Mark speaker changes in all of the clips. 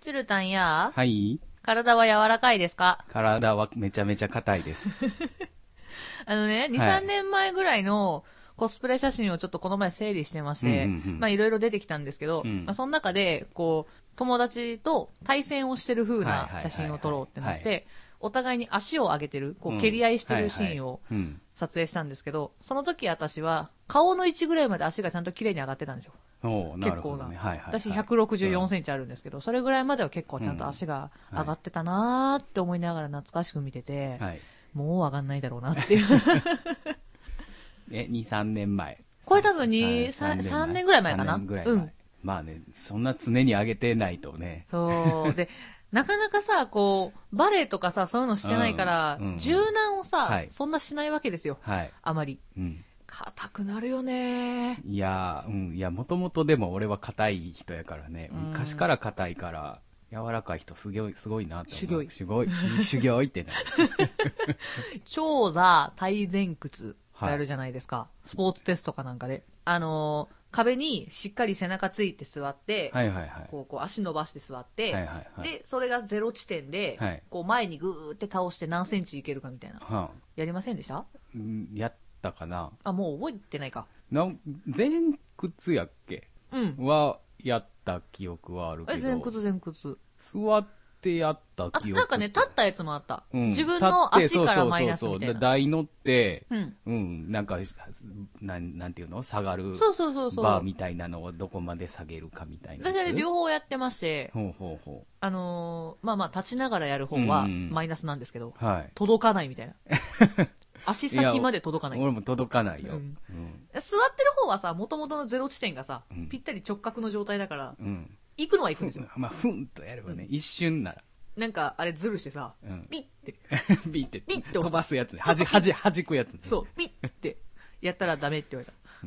Speaker 1: チュルタンやー、
Speaker 2: はい。
Speaker 1: 体は柔らかいですか
Speaker 2: 体はめちゃめちゃ硬いです。
Speaker 1: あのね、2、
Speaker 2: はい
Speaker 1: 3年前ぐらいのコスプレ写真をちょっとこの前整理してまして、
Speaker 2: うんうんうん
Speaker 1: まあいろいろ出てきたんですけど、
Speaker 2: うん
Speaker 1: まあその中で、こう、友達と対戦をしてる風
Speaker 2: はいはい
Speaker 1: な
Speaker 2: はいはい
Speaker 1: 写真を撮ろうってなっ
Speaker 2: は
Speaker 1: て、お互いに足を上げてる、 こ
Speaker 2: う
Speaker 1: う、
Speaker 2: ん
Speaker 1: 蹴り合いしてるシーンを
Speaker 2: はいはいうん
Speaker 1: 撮影したんですけど、その時私は、顔の位置ぐらいまで足がちゃんと綺麗に上がってたんですよ。
Speaker 2: おうな
Speaker 1: 結
Speaker 2: る
Speaker 1: 構
Speaker 2: ほ
Speaker 1: な。
Speaker 2: どね。はいはいはい。
Speaker 1: 私164センチあるんですけど、それぐらいまでは結構ちゃんと足が上がってたなーって思いながら懐かしく見てて、
Speaker 2: うんはい。
Speaker 1: もう上がんないだろうなって いう。
Speaker 2: え、2、3年前。
Speaker 1: これ多分に
Speaker 2: 三
Speaker 1: さん三年ぐらい前かな
Speaker 2: 三年ぐらい
Speaker 1: うん
Speaker 2: 前。まあね、そんな常に上げてないとね。
Speaker 1: そう。で、なかなかさ、こう、バレエとかさ、そういうのしてないから、
Speaker 2: うんうん
Speaker 1: 柔軟をさ、
Speaker 2: はい
Speaker 1: そんなしないわけですよ。
Speaker 2: はい。
Speaker 1: あまり。
Speaker 2: うん。
Speaker 1: 硬くなるよね。
Speaker 2: いやー、うん。いや、もともとでも俺は硬い人やからね。
Speaker 1: うん
Speaker 2: 昔から硬いから、柔らかい人すごい、すごいなと思う。
Speaker 1: 修行医
Speaker 2: すご い。し修行医ってなる。
Speaker 1: 長座、体前屈ってあるじゃないですか。スポーツテストかなんかで。あのー壁にしっかり背中ついて座って、
Speaker 2: はいはいはい。
Speaker 1: こう、こう足伸ばして座って、
Speaker 2: はいはいはい。
Speaker 1: で、それがゼロ地点で、
Speaker 2: はい
Speaker 1: こう前にぐーって倒して何センチいけるかみたいな。
Speaker 2: はあ
Speaker 1: やりませんでした
Speaker 2: うんやったかな。
Speaker 1: あ、もう覚えてないか。
Speaker 2: なん前屈やっけ
Speaker 1: うん。
Speaker 2: は、やった記憶はあるけ
Speaker 1: え、
Speaker 2: ど。
Speaker 1: 前屈前屈。
Speaker 2: 座ってやった
Speaker 1: あ、
Speaker 2: 記憶。
Speaker 1: なんかね、立ったやつもあった。
Speaker 2: うん
Speaker 1: 自分の足
Speaker 2: 立って
Speaker 1: か
Speaker 2: そ
Speaker 1: ら
Speaker 2: うそうそうそう
Speaker 1: マイナスみたい
Speaker 2: で
Speaker 1: な。
Speaker 2: 台乗って、
Speaker 1: うん。
Speaker 2: うん、なんか、なんなんていうの下がる
Speaker 1: そうそうそうそう。
Speaker 2: バーみたいなのをどこまで下げるかみたいなや
Speaker 1: 私
Speaker 2: つ。
Speaker 1: はね、両方やってまして、
Speaker 2: ほうほうほ
Speaker 1: あのーまあまあ、立ちながらやる方は
Speaker 2: うんうん
Speaker 1: マイナスなんですけど、
Speaker 2: う。はい。
Speaker 1: 届かないみた いな。足先まで届かない。座
Speaker 2: 俺も届かないよ。
Speaker 1: う
Speaker 2: うんん。
Speaker 1: ってる方はさ、もともとのゼロ地点がさ、
Speaker 2: うん
Speaker 1: ぴったり直角の状態だから、
Speaker 2: うん。
Speaker 1: 行くのは行くんですよ。
Speaker 2: まあ、ふんとやればね、一瞬なら。
Speaker 1: なんか、あれずるしてさ、
Speaker 2: うん。
Speaker 1: ピッて、
Speaker 2: ビって、
Speaker 1: ピッて押す
Speaker 2: 飛ばすやつね。はじ、はじ、はじくやつね。
Speaker 1: そう、ピッて、やったらダメって言われた。
Speaker 2: う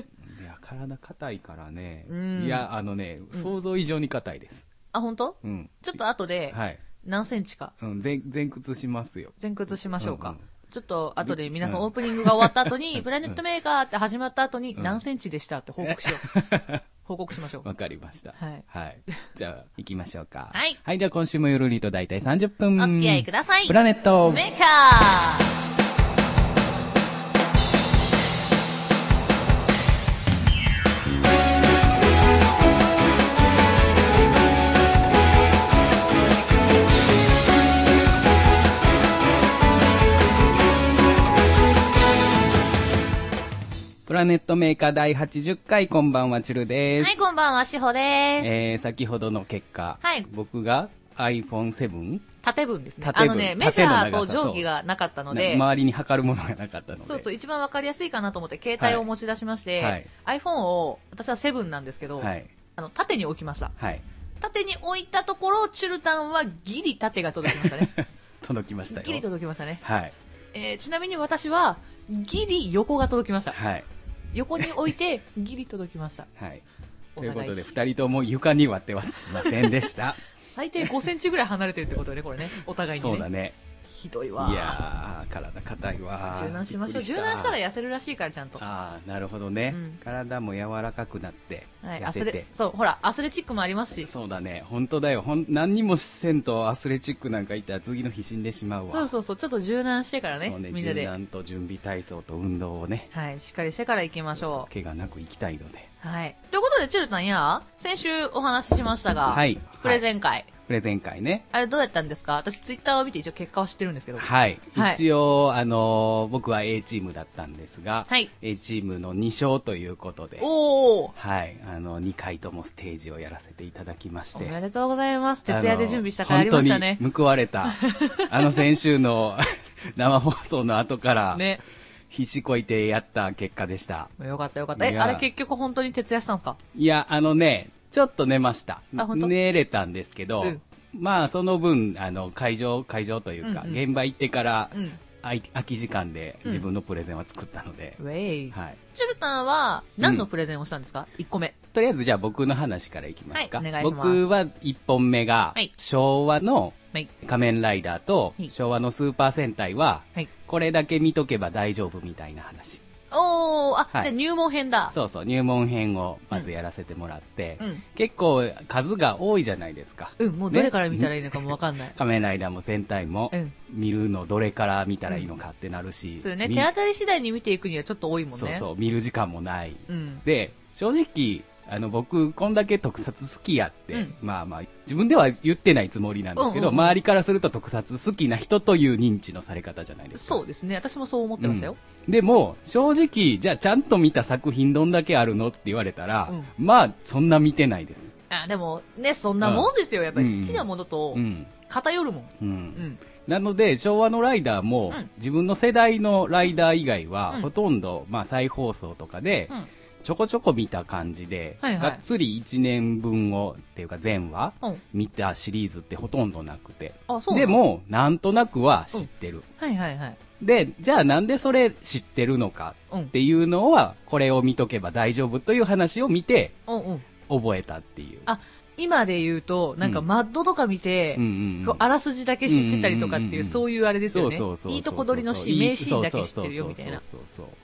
Speaker 2: ん。いや、体硬いからね。
Speaker 1: うん
Speaker 2: いや、あのね、想像以上に硬いです。
Speaker 1: あ、本当？
Speaker 2: うん。
Speaker 1: ちょっと後で、
Speaker 2: はい。
Speaker 1: 何センチか
Speaker 2: うん、前、前屈しますよ。
Speaker 1: 前屈しましょうか。
Speaker 2: うんうん
Speaker 1: ちょっと、後で皆さん
Speaker 2: うん
Speaker 1: オープニングが終わった後 に、プラネットメーカーって始まった後に、何センチでしたって報告しよ う。報告しましょう。
Speaker 2: わかりました。
Speaker 1: はい
Speaker 2: じゃあ、行きましょうか。
Speaker 1: はい
Speaker 2: はい、じゃあ今週も夜リと大体30分。
Speaker 1: お付き合いください
Speaker 2: プラネット。
Speaker 1: メーカ
Speaker 2: プラネットメーカー第80回、こんばんは、チュル
Speaker 1: ー
Speaker 2: です。
Speaker 1: はい、こんばんは、しほです。
Speaker 2: えー、先ほどの結果。
Speaker 1: はい
Speaker 2: 僕が iPhone7?
Speaker 1: 縦分ですね。
Speaker 2: 縦
Speaker 1: あ
Speaker 2: 分
Speaker 1: のね、メジ
Speaker 2: 縦の
Speaker 1: ャ
Speaker 2: 長
Speaker 1: ー
Speaker 2: さ
Speaker 1: と定規がなかったので、
Speaker 2: 周りに測るものがなかったので。
Speaker 1: そうそう、一番わかりやすいかなと思って、携帯を持ち出しまして、
Speaker 2: はい
Speaker 1: iPhone を、私は7なんですけど、
Speaker 2: はい。
Speaker 1: あの、縦に置きました。
Speaker 2: はい。
Speaker 1: 縦に置いたところ、チュルタンはギリ縦が届きました ね。
Speaker 2: 届きましたよ。
Speaker 1: ギリ届きましたね。
Speaker 2: はい。
Speaker 1: えーちなみに私は、ギリ横が届きました。
Speaker 2: はい。
Speaker 1: 横に置いて、 ギリ届きました。
Speaker 2: はい。
Speaker 1: お
Speaker 2: という
Speaker 1: 互い
Speaker 2: ことで、二人とも床には手はつきません でした。
Speaker 1: 最低5センチぐらい離れてるってことよね、これね。お互いにね。
Speaker 2: そうだね。
Speaker 1: ひどい
Speaker 2: い
Speaker 1: わ。
Speaker 2: やー、体硬いわー。
Speaker 1: 柔軟しましょう。
Speaker 2: びっくり
Speaker 1: 柔軟したら痩せるらしいから、ちゃんと。は
Speaker 2: ああなるほどね、
Speaker 1: うん
Speaker 2: 体も柔らかくなって
Speaker 1: い、
Speaker 2: 痩
Speaker 1: アス
Speaker 2: せ
Speaker 1: レ
Speaker 2: て、、
Speaker 1: そう、ほら、アスレチックもありますし。そ
Speaker 2: そうだね本当だよほん何にもせんとアスレチックなんか行ったら次の日死んでしまうわ
Speaker 1: うそうそう、ちょっと柔軟してからね、
Speaker 2: そうね
Speaker 1: みんな
Speaker 2: 柔
Speaker 1: で。
Speaker 2: 軟と準備体操と運動をね
Speaker 1: はい、しっかりしてから行きましょう。
Speaker 2: そうそう怪我なく行きたいので
Speaker 1: はい。ということで、チュルタンや、先週お話ししましたが、
Speaker 2: はい
Speaker 1: プレゼン会、
Speaker 2: プレゼン会ね
Speaker 1: あれどうやったんですか私ツイッターを見て一応結果は知ってるんですけど。
Speaker 2: はい、
Speaker 1: はい
Speaker 2: 一応、あのー僕は A チームだったんですが、
Speaker 1: はい
Speaker 2: A チームの2勝ということで
Speaker 1: おー
Speaker 2: はいあの2回ともステージをやらせていただきまし
Speaker 1: お
Speaker 2: て
Speaker 1: めでとうございます。徹夜で準備したからありました
Speaker 2: あの
Speaker 1: ね
Speaker 2: 本当。に報わ れた。あの先週の 生放送の後から、
Speaker 1: ね。
Speaker 2: 必死こいてやった結果でした。
Speaker 1: よかったよかった。
Speaker 2: い
Speaker 1: え、
Speaker 2: や
Speaker 1: あれ結局本当に徹夜したんですか
Speaker 2: いや、あのね、ちょっと寝ました。
Speaker 1: あ本当
Speaker 2: 寝れたんですけど、
Speaker 1: うん
Speaker 2: まあその分、あの、会場、会場というか、
Speaker 1: うんうん
Speaker 2: 現場行ってから、
Speaker 1: うん。
Speaker 2: 空い空き時間で
Speaker 1: うん
Speaker 2: 自分のプレゼンは作ったので、
Speaker 1: ウェイ。
Speaker 2: はい。
Speaker 1: チュルタンは何のプレゼンをしたんですか、一 ?1 個目。
Speaker 2: とりあえずじゃあ僕の話からいきますか。
Speaker 1: はいお願いします
Speaker 2: 僕は1本目が、
Speaker 1: はい
Speaker 2: 昭和の
Speaker 1: はい。
Speaker 2: 仮面ライダーと
Speaker 1: はい
Speaker 2: 昭和のスーパー戦隊は、
Speaker 1: はい。
Speaker 2: これだけ見とけば大丈夫みたいな話。
Speaker 1: おおあ、
Speaker 2: はい
Speaker 1: じゃあ入門編だ。
Speaker 2: そうそう、入門編をまずやらせてもらって、
Speaker 1: うん
Speaker 2: 結構数が多いじゃないですか。
Speaker 1: うん、もうどれから見たら
Speaker 2: いい
Speaker 1: いいのかもわかんない。
Speaker 2: 仮面ライダーも戦隊も、
Speaker 1: うん
Speaker 2: 見るのどれから見たらいいのかってなるし、
Speaker 1: そうよね、
Speaker 2: み
Speaker 1: 手当たり次第に見ていくにはちょっと多いもんね。
Speaker 2: そうそう、見る時間もない。
Speaker 1: うん。
Speaker 2: で、正直、あの、僕、こんだけ特撮好きやって、
Speaker 1: うん
Speaker 2: まあまあ、自分では言ってないつもりなんですけど、
Speaker 1: うんうんうん
Speaker 2: 周りからすると特撮好きな人という認知のされ方じゃないですか。
Speaker 1: そうですね、私もそう思ってましたよ。
Speaker 2: うんでも、正直、じゃあちゃんと見た作品どんだけあるのって言われたら、
Speaker 1: う
Speaker 2: まあ、そんな見てないです。
Speaker 1: あでも、ね、そんなもんですよ、やっぱり好きなものと
Speaker 2: うん。
Speaker 1: 偏るもん。
Speaker 2: うん。
Speaker 1: うん。
Speaker 2: なので、昭和のライダーも、
Speaker 1: うん
Speaker 2: 自分の世代のライダー以外は、
Speaker 1: うん
Speaker 2: ほとんど、まあ、再放送とかで、
Speaker 1: うん。
Speaker 2: ちょこちょこ見た感じで、
Speaker 1: はいはい
Speaker 2: がっつり1年分を、っていうか全話、
Speaker 1: うん。
Speaker 2: 見たシリーズってほとんどなくて。
Speaker 1: あ、そうな
Speaker 2: で
Speaker 1: の、
Speaker 2: も、なんとなくは知ってる。
Speaker 1: はいはいはい。
Speaker 2: で、じゃあなんでそれ知ってるのか
Speaker 1: うん
Speaker 2: っていうのは、これを見とけば大丈夫という話を見て、
Speaker 1: うんうん。
Speaker 2: 覚えたっていう。
Speaker 1: あ今で言うと、なんか
Speaker 2: うん
Speaker 1: マッドとか見て、
Speaker 2: うんうんうん
Speaker 1: こうあらすじだけ知ってたりとかって
Speaker 2: うんうん
Speaker 1: いうう、
Speaker 2: ん
Speaker 1: そういうあれですよね
Speaker 2: そうそうそうそ。う
Speaker 1: いいとこ取りのシーン、名シーンだけ知ってるよみたいな。
Speaker 2: そうそうそうそうそう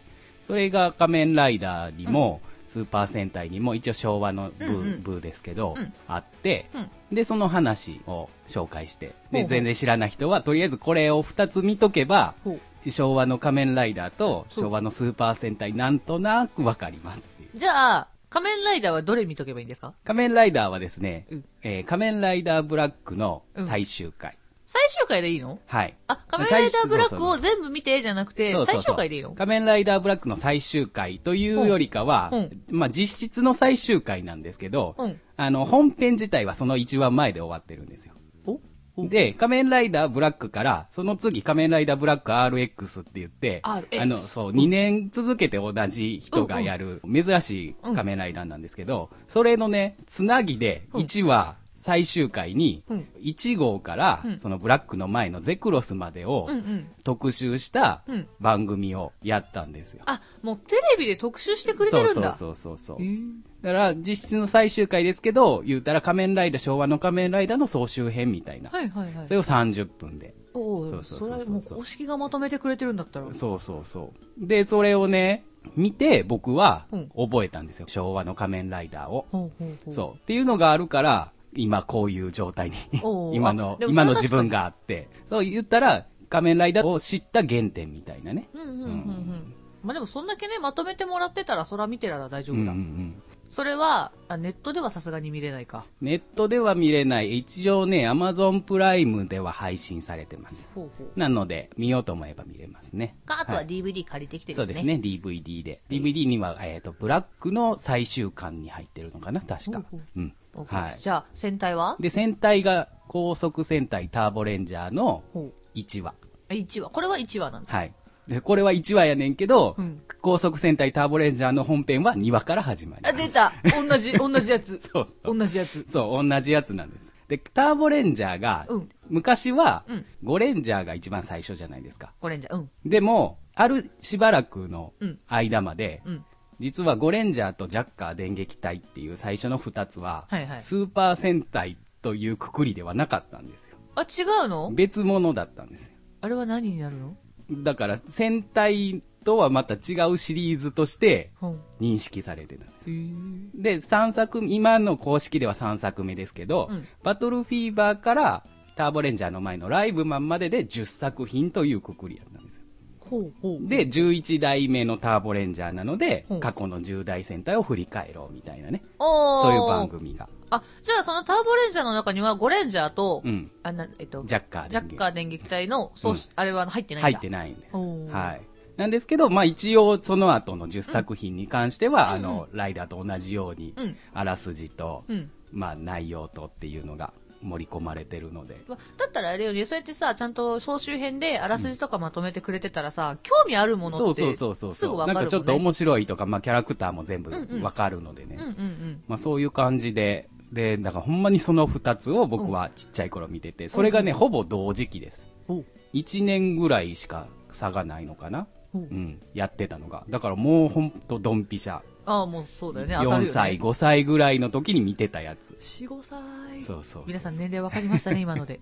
Speaker 2: それが仮面ライダーにも、スーパー戦隊にも一応昭和の部,、
Speaker 1: うんうん
Speaker 2: 部ですけど、
Speaker 1: うん
Speaker 2: あって、
Speaker 1: うん
Speaker 2: でその話を紹介して
Speaker 1: ほうほ
Speaker 2: で
Speaker 1: う
Speaker 2: 全然知らない人はとりあえずこれを2つ見とけば
Speaker 1: ほう
Speaker 2: 昭和の仮面ライダーと
Speaker 1: そう
Speaker 2: 昭和のスーパー戦隊なんとなくわかりますっていう
Speaker 1: じゃあ、仮面ライダーはどれ見とけばいいんですか
Speaker 2: 仮面ライダーはですね、
Speaker 1: うん
Speaker 2: えー仮面ライダーブラックの最終回、
Speaker 1: 最終回でいいの
Speaker 2: はい
Speaker 1: あ、仮面ライダーブラック
Speaker 2: そうそう
Speaker 1: を全部見てじゃなくて
Speaker 2: そう、そう
Speaker 1: 最
Speaker 2: そう
Speaker 1: 終回でいいの
Speaker 2: 仮面ライダーブラックの最終回というよりかは、
Speaker 1: うんう
Speaker 2: まあ実質の最終回なんですけど、
Speaker 1: うん
Speaker 2: あの、本編自体はその1話前で終わってるんですよ。
Speaker 1: お
Speaker 2: で、仮面ライダーブラックから、その次仮面ライダーブラック RX って言って、
Speaker 1: RX
Speaker 2: あの、そう、2年続けて同じ人がやる、珍しい仮面ライダーなんですけど、それのね、つなぎで
Speaker 1: うん
Speaker 2: 1話、最終回に
Speaker 1: うん、
Speaker 2: 1号から
Speaker 1: う、ん
Speaker 2: そのブラックの前のゼクロスまでを
Speaker 1: うんうん。
Speaker 2: 特集した
Speaker 1: うん
Speaker 2: 番組をやったんですよ。
Speaker 1: あ、もうテレビで特集してくれてるんだ。
Speaker 2: そうそうそうそう
Speaker 1: え
Speaker 2: そう。
Speaker 1: ー
Speaker 2: だから、実質の最終回ですけど、言うたら仮面ライダー、昭和の仮面ライダーの総集編みたいな。
Speaker 1: はいはいはい
Speaker 2: そ。れを30分で。
Speaker 1: お
Speaker 2: そ
Speaker 1: お、
Speaker 2: うそう
Speaker 1: そ
Speaker 2: そう
Speaker 1: れ
Speaker 2: そう
Speaker 1: はもう公式がまとめてくれてるんだったら。
Speaker 2: そうそうそう。で、それをね、見て僕は
Speaker 1: うん
Speaker 2: 覚えたんですよ。昭和の仮面ライダーを。
Speaker 1: ほうほうほう。
Speaker 2: そう。っていうのがあるから、今こういう状態に
Speaker 1: お、ー
Speaker 2: 今の
Speaker 1: あ、でもそれは
Speaker 2: 今の自分があって。そう言ったら、仮面ライダーを知った原点みたいなね。
Speaker 1: うんうんうんうん。まあでもそんだけね、まとめてもらってたら、そら見てたら大丈
Speaker 2: うん
Speaker 1: 夫
Speaker 2: うんう
Speaker 1: だ。
Speaker 2: ん。
Speaker 1: それは、あネットではさすがに見れないか。
Speaker 2: ネットでは見れない。一応ね、Amazon プライムでは配信されてます。
Speaker 1: ほうほう。
Speaker 2: なので、見ようと思えば見れますね。
Speaker 1: か、あとはい DVD 借りてきてるん
Speaker 2: そう
Speaker 1: で
Speaker 2: ですす
Speaker 1: ね。
Speaker 2: ね、DVD で。DVD には、えっ、と、ブラックの最終巻に入ってるのかな、確か
Speaker 1: ほうほう。
Speaker 2: うん。
Speaker 1: オッケー
Speaker 2: は
Speaker 1: で
Speaker 2: い
Speaker 1: す。じゃあ、戦隊は
Speaker 2: で、戦隊が、高速戦隊ターボレンジャーの
Speaker 1: ほ
Speaker 2: 1話。
Speaker 1: う。1話。これは1話なんだ。
Speaker 2: はい。で、これは1話やねんけど、
Speaker 1: うん
Speaker 2: 高速戦隊ターボレンジャーの本編は2話から始まりま
Speaker 1: あ、
Speaker 2: す。
Speaker 1: 出た同じ、同じやつ。
Speaker 2: そうそう。
Speaker 1: 同じやつ。
Speaker 2: そう、同じやつなんです。で、ターボレンジャーが、
Speaker 1: うん
Speaker 2: 昔は
Speaker 1: うん、
Speaker 2: ゴレンジャーが一番最初じゃないですか。
Speaker 1: ゴレンジャー。うん。
Speaker 2: でも、あるしばらくの
Speaker 1: うん
Speaker 2: 間まで、
Speaker 1: うん。
Speaker 2: 実はゴレンジャーとジャッカー電撃隊っていう最初の2つは、
Speaker 1: はいはい
Speaker 2: スーパー戦隊というくくりではなかったんですよ。
Speaker 1: あ、違うの
Speaker 2: 別物だったんですよ。
Speaker 1: あれは何になるの
Speaker 2: だから、戦隊とはまた違うシリーズとして
Speaker 1: ほう。
Speaker 2: 認識されてたんです。
Speaker 1: へー
Speaker 2: で、3作、今の公式では3作目ですけど、
Speaker 1: うん
Speaker 2: バトルフィーバーからターボレンジャーの前のライブマンまでで10作品というくくりやったんですよ。
Speaker 1: ほうほう。
Speaker 2: で、11代目のターボレンジャーなので
Speaker 1: うん、
Speaker 2: 過去の10代戦隊を振り返ろうみたいなね。
Speaker 1: おー
Speaker 2: そういう番。組が。
Speaker 1: あ、じゃあそのターボレンジャーの中には、ゴレンジャーと、
Speaker 2: うん。
Speaker 1: あ、な、えっと、
Speaker 2: ジャッカー
Speaker 1: ジャッカー電撃隊の、そう、
Speaker 2: うん
Speaker 1: あれは入ってないんだ。
Speaker 2: 入ってないんです。
Speaker 1: おー
Speaker 2: はい。なんですけど、まあ一応その後の10作品に関しては、
Speaker 1: うん
Speaker 2: あの、ライダーと同じように、
Speaker 1: うん
Speaker 2: あらすじと、
Speaker 1: うん。
Speaker 2: まあ内容とっていうのが盛り込まれてるので。
Speaker 1: だったらあれよね、そうやってさ、ちゃんと総集編であらすじとかまとめてくれてたらさ、興味あるもの
Speaker 2: そう
Speaker 1: って、
Speaker 2: そうそうそう
Speaker 1: すぐ
Speaker 2: そう。
Speaker 1: わ
Speaker 2: な
Speaker 1: か
Speaker 2: ん
Speaker 1: るもん、ね。
Speaker 2: かちょっと面白いとか、まあキャラクターも全部
Speaker 1: うんうん
Speaker 2: わかるのでね。
Speaker 1: うんうんうん。
Speaker 2: まあそういう感じで、で、だからほんまにその2つを僕はちっちゃい頃見てて、それがね、ほぼ同時期です。
Speaker 1: ほ
Speaker 2: 1年ぐらいしか差がないのかな。
Speaker 1: う
Speaker 2: う。ん、やってたのが。だからもうほんとドンピシャ。
Speaker 1: ああ、もうそうだよね、当たるよ
Speaker 2: 4
Speaker 1: ね。
Speaker 2: 歳、5歳ぐらいの時に見てたやつ。
Speaker 1: 4、5歳。
Speaker 2: そうそうそう
Speaker 1: 皆さん年齢わかりましたね、今の で。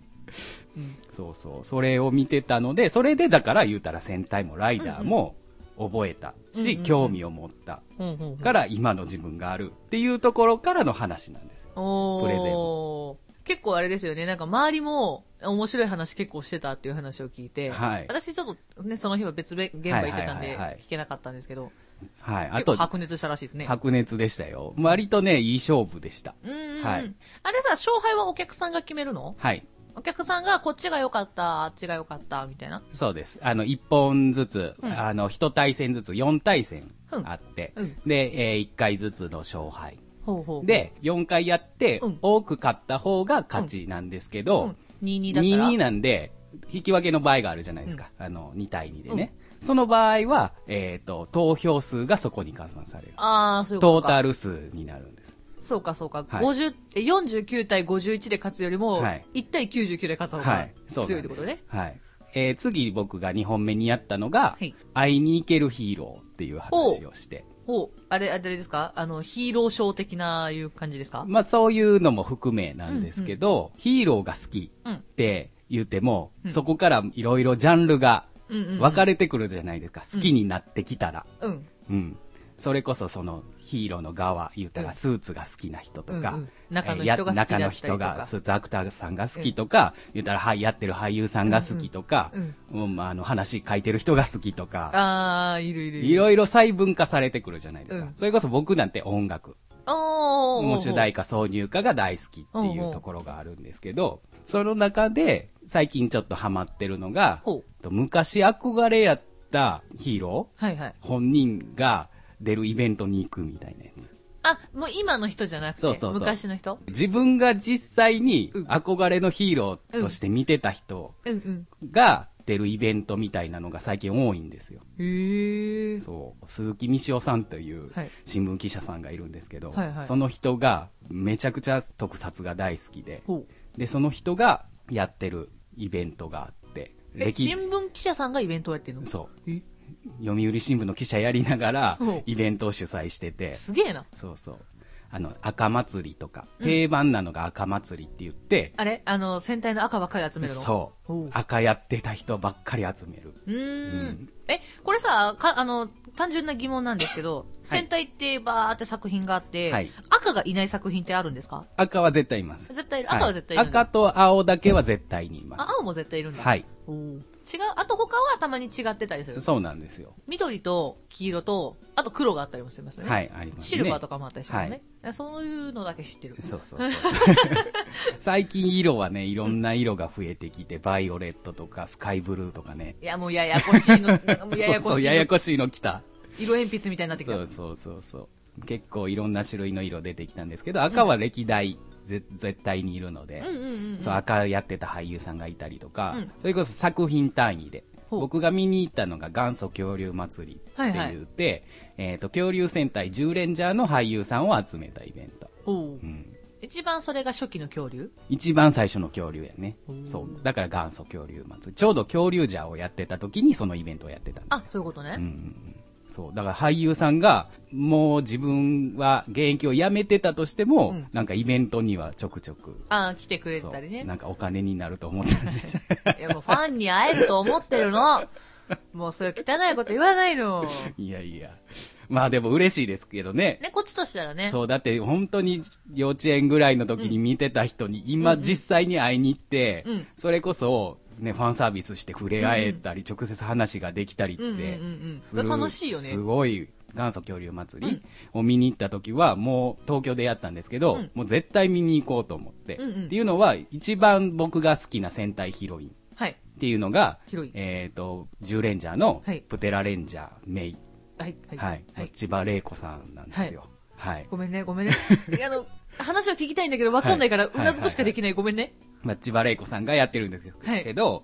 Speaker 1: うん。
Speaker 2: そうそう。それを見てたので、それでだから言うたら戦隊もライダーも、覚えた
Speaker 1: うんう
Speaker 2: し、
Speaker 1: んうん
Speaker 2: 興味を持った
Speaker 1: うんうんうん
Speaker 2: から今の自分があるっていうところからの話なんです。
Speaker 1: おー
Speaker 2: プレゼン
Speaker 1: 結構あれですよね、なんか周りも面白い話結構してたっていう話を聞いて、
Speaker 2: はい
Speaker 1: 私ちょっとね、その日は別べ現場行ってたん
Speaker 2: は
Speaker 1: で
Speaker 2: いはいはいはい
Speaker 1: 聞けなかったんですけど、
Speaker 2: はい。あ
Speaker 1: 結構
Speaker 2: と、
Speaker 1: 白熱したらしいですね。
Speaker 2: 白熱でしたよ。割とね、いい勝負でした。
Speaker 1: うんうんうん、
Speaker 2: はい
Speaker 1: あれさ、勝敗はお客さんが決めるの
Speaker 2: はい。
Speaker 1: お客さんがこっちが良かった、あっちが良かった、みたいな。
Speaker 2: そうです。あの、一本ずつ、
Speaker 1: うん
Speaker 2: あの、一対戦ずつ、四対戦
Speaker 1: うん
Speaker 2: あって、
Speaker 1: うん
Speaker 2: で、えー一回ずつの勝敗。
Speaker 1: ほうほう。、
Speaker 2: で、四回やって、
Speaker 1: うん
Speaker 2: 多く勝った方が勝ちなんですけ
Speaker 1: う
Speaker 2: ど
Speaker 1: ん、、22だったら。
Speaker 2: 2-2なんで、引き分けの場合があるじゃないですか。あの、2対2でね。その場合は、えっ、と、投票数がそこに換算される。
Speaker 1: ああ、そういうこと
Speaker 2: トー
Speaker 1: か。
Speaker 2: タル数になるんです。
Speaker 1: そうか、そうか。
Speaker 2: はい
Speaker 1: 50え49対51で勝つよりも、
Speaker 2: はい
Speaker 1: 1対99で勝つ方
Speaker 2: は
Speaker 1: が
Speaker 2: い。そう
Speaker 1: 強い
Speaker 2: な
Speaker 1: って
Speaker 2: んで
Speaker 1: こ
Speaker 2: す。
Speaker 1: とね。
Speaker 2: はい。えー次僕が2本目にやったのが、
Speaker 1: はい
Speaker 2: 会いに行けるヒーローっていう話をして。
Speaker 1: ほう、あれ、あれですかあの、ヒーローショー的ないう感じですか
Speaker 2: まあそういうのも含めなんですけど、ヒーローが好き
Speaker 1: うん
Speaker 2: って言っても、
Speaker 1: うん
Speaker 2: そこからいろいろジャンルが
Speaker 1: うんうんうん。
Speaker 2: 分かれてくるじゃないですか。好きになってきたら。
Speaker 1: うん。
Speaker 2: うん。それこそそのヒーローの側、言ったらスーツが好きな人とか、
Speaker 1: うんうん中の
Speaker 2: えーや
Speaker 1: 人が好きだったりとか
Speaker 2: 中の人がスーツアクターさんが好きとか、言ったらはいやってる俳優さんが好きとか、
Speaker 1: うん
Speaker 2: うんあの話書いてる人が好きとか、
Speaker 1: あー、いるいる
Speaker 2: いろいろ細分化されてくるじゃないですか。
Speaker 1: うん
Speaker 2: それこそ僕なんて音楽。
Speaker 1: おー。
Speaker 2: もう主題歌挿入歌が大好きっていうところがあるんですけど、その中で最近ちょっとハマってるのが
Speaker 1: ほ、
Speaker 2: と昔憧れやったヒーロ
Speaker 1: はいはい。
Speaker 2: ー、本人が出るイベントに行くみたいなやつ。
Speaker 1: あ、もう今の人じゃなくて、
Speaker 2: そうそうそう
Speaker 1: 昔の人
Speaker 2: 自分が実際に
Speaker 1: うん
Speaker 2: 憧れのヒーローとして見てた人
Speaker 1: うんうん。
Speaker 2: が出るイベントみたいなのが最近多いんですよ。
Speaker 1: へー。
Speaker 2: そう。鈴木みしおさんという
Speaker 1: はい
Speaker 2: 新聞記者さんがいるんですけど、
Speaker 1: はいはい
Speaker 2: その人がめちゃくちゃ特撮が大好きで、
Speaker 1: ほう。
Speaker 2: で、その人がやってるイベントがあって、
Speaker 1: え、新聞記者さんがイベントをやってるの
Speaker 2: そう。
Speaker 1: え
Speaker 2: 読売新聞の記者やりながら
Speaker 1: ほう、
Speaker 2: イベントを主催してて、
Speaker 1: すげえな。
Speaker 2: そうそう。あの、赤祭りとか、定番なのが赤祭りって言って、
Speaker 1: あれあの、戦隊の赤ばっかり集めるの
Speaker 2: そ
Speaker 1: ほ
Speaker 2: う。赤やってた人ばっかり集める。
Speaker 1: うーん。え、これさ、か、あの、単純な疑問なんですけど、戦隊ってバーって作品があって、
Speaker 2: はい
Speaker 1: 赤がいない作品ってあるんですか
Speaker 2: 赤は絶対います。
Speaker 1: 絶対いる。赤は絶対い
Speaker 2: は
Speaker 1: る
Speaker 2: い
Speaker 1: んだ、
Speaker 2: 赤と青だけは絶対にいま
Speaker 1: あ、
Speaker 2: す。
Speaker 1: 青も絶対いるんだ。
Speaker 2: はい。
Speaker 1: おー違う、あと他はたまに違ってたりする。
Speaker 2: そうなんですよ。
Speaker 1: 緑と黄色と、あと黒があったりもしますよね。
Speaker 2: はい、ありますね。
Speaker 1: シルバーとかもあったりしますね。そういうのだけ知ってる。
Speaker 2: そうそう そうそう。最近色はね、いろんな色が増えてきて、バイオレットとかスカイブルーとかね。
Speaker 1: いや、もうややこしいの、なんかもうやや
Speaker 2: そう
Speaker 1: こ
Speaker 2: そう、
Speaker 1: しい
Speaker 2: や
Speaker 1: の
Speaker 2: やこしいの来た。
Speaker 1: 色鉛筆みたいになってきた。
Speaker 2: そうそうそうそう。結構いろんな種類の色出てきたんですけど、赤は歴代、ぜ絶対にいるので、
Speaker 1: うんうんうんうん。
Speaker 2: そう、赤やってた俳優さんがいたりとか、
Speaker 1: うん
Speaker 2: それこそ作品単位で。
Speaker 1: ほう
Speaker 2: 僕が見に行ったのが元祖恐竜祭りって言って、
Speaker 1: はいは
Speaker 2: えっ、と、恐竜戦隊10レンジャーの俳優さんを集めたイベント。
Speaker 1: おう
Speaker 2: うん。
Speaker 1: 一番それが初期の恐竜
Speaker 2: 一番最初の恐竜やね
Speaker 1: う。ん
Speaker 2: そう。だから元祖恐竜祭り。ちょうど恐竜ジャーをやってた時にそのイベントをやってたんです
Speaker 1: あ、そういうことね。
Speaker 2: うんうんうんそう。だから俳優さんが、もう自分は現役を辞めてたとして
Speaker 1: う
Speaker 2: も、
Speaker 1: ん
Speaker 2: なんかイベントにはちょくちょく。
Speaker 1: あ来てくれて
Speaker 2: そう
Speaker 1: たりね
Speaker 2: な。んかお金になると思ったんです。
Speaker 1: いや、もうファンに会えると思ってるの。もうそういう汚いこと言わない の。
Speaker 2: いやいや。まあでも嬉しいですけどね。
Speaker 1: ね、こっちとしてはね。
Speaker 2: そう、だって本当に幼稚園ぐらいの時に見てた人に今実際に会いに行って、
Speaker 1: うん
Speaker 2: それこそ、ね、ファンサービスして触れ合えたり、直接話ができたりって、
Speaker 1: うんうんうんうん。
Speaker 2: す
Speaker 1: そ
Speaker 2: る
Speaker 1: れ楽しいよね
Speaker 2: す。ごい元祖恐竜祭りを見に行った時は、もう東京でやったんですけど、
Speaker 1: うん
Speaker 2: もう絶対見に行こうと思って、
Speaker 1: うんうん
Speaker 2: っていうのは一番僕が好きな戦隊ヒロイン
Speaker 1: はい。
Speaker 2: っていうのが
Speaker 1: ヒロイン
Speaker 2: えっ、と10レンジャーの
Speaker 1: はい
Speaker 2: プテラレンジャー、メイ、
Speaker 1: はい。はい。
Speaker 2: はい千葉玲子さんなんですよ、はい
Speaker 1: ごめんね、ご めんね。いやあの、話を聞きたいんだけど、わかんないから、
Speaker 2: は
Speaker 1: う
Speaker 2: い
Speaker 1: なずくしかできない。ごめんね。
Speaker 2: まあ、千葉玲子さんがやってるんですけど、
Speaker 1: はい
Speaker 2: けど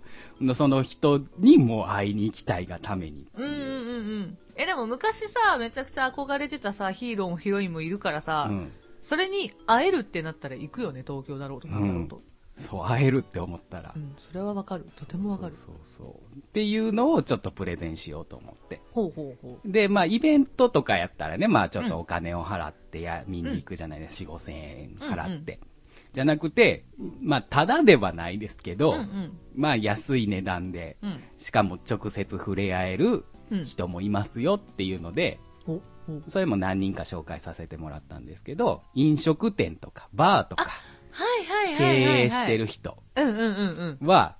Speaker 2: その人にも会いに行きたいがために
Speaker 1: うんうんうんうん。え、でも昔さ、めちゃくちゃ憧れてたさ、ヒーローもヒロインもいるからさ、
Speaker 2: うん
Speaker 1: それに会えるってなったら行くよね、東京だろうとなんだろうと。
Speaker 2: そう会えるって思ったら
Speaker 1: うん、それはわかる。とてもわかる。
Speaker 2: そうそうそうっていうのをちょっとプレゼンしようと思って。
Speaker 1: ほうほうほ
Speaker 2: で、まあ、イベントとかやったらね、まあ、ちょっとお金を払ってや、見に行くじゃないですか。4、5千円払って。じゃなくて、まあ、ただではないですけ
Speaker 1: う。
Speaker 2: ど、
Speaker 1: うんうん。
Speaker 2: まあ、安い値段で、
Speaker 1: うん。
Speaker 2: しかも直接触れ合える
Speaker 1: うん
Speaker 2: 人もいますよっていうので、
Speaker 1: お、お
Speaker 2: それも何人か紹介させてもらったんですけど、飲食店とかバーとか
Speaker 1: はいはい
Speaker 2: 経
Speaker 1: はいはい、はい。
Speaker 2: 営してる。人
Speaker 1: うんうんうんうん。
Speaker 2: は、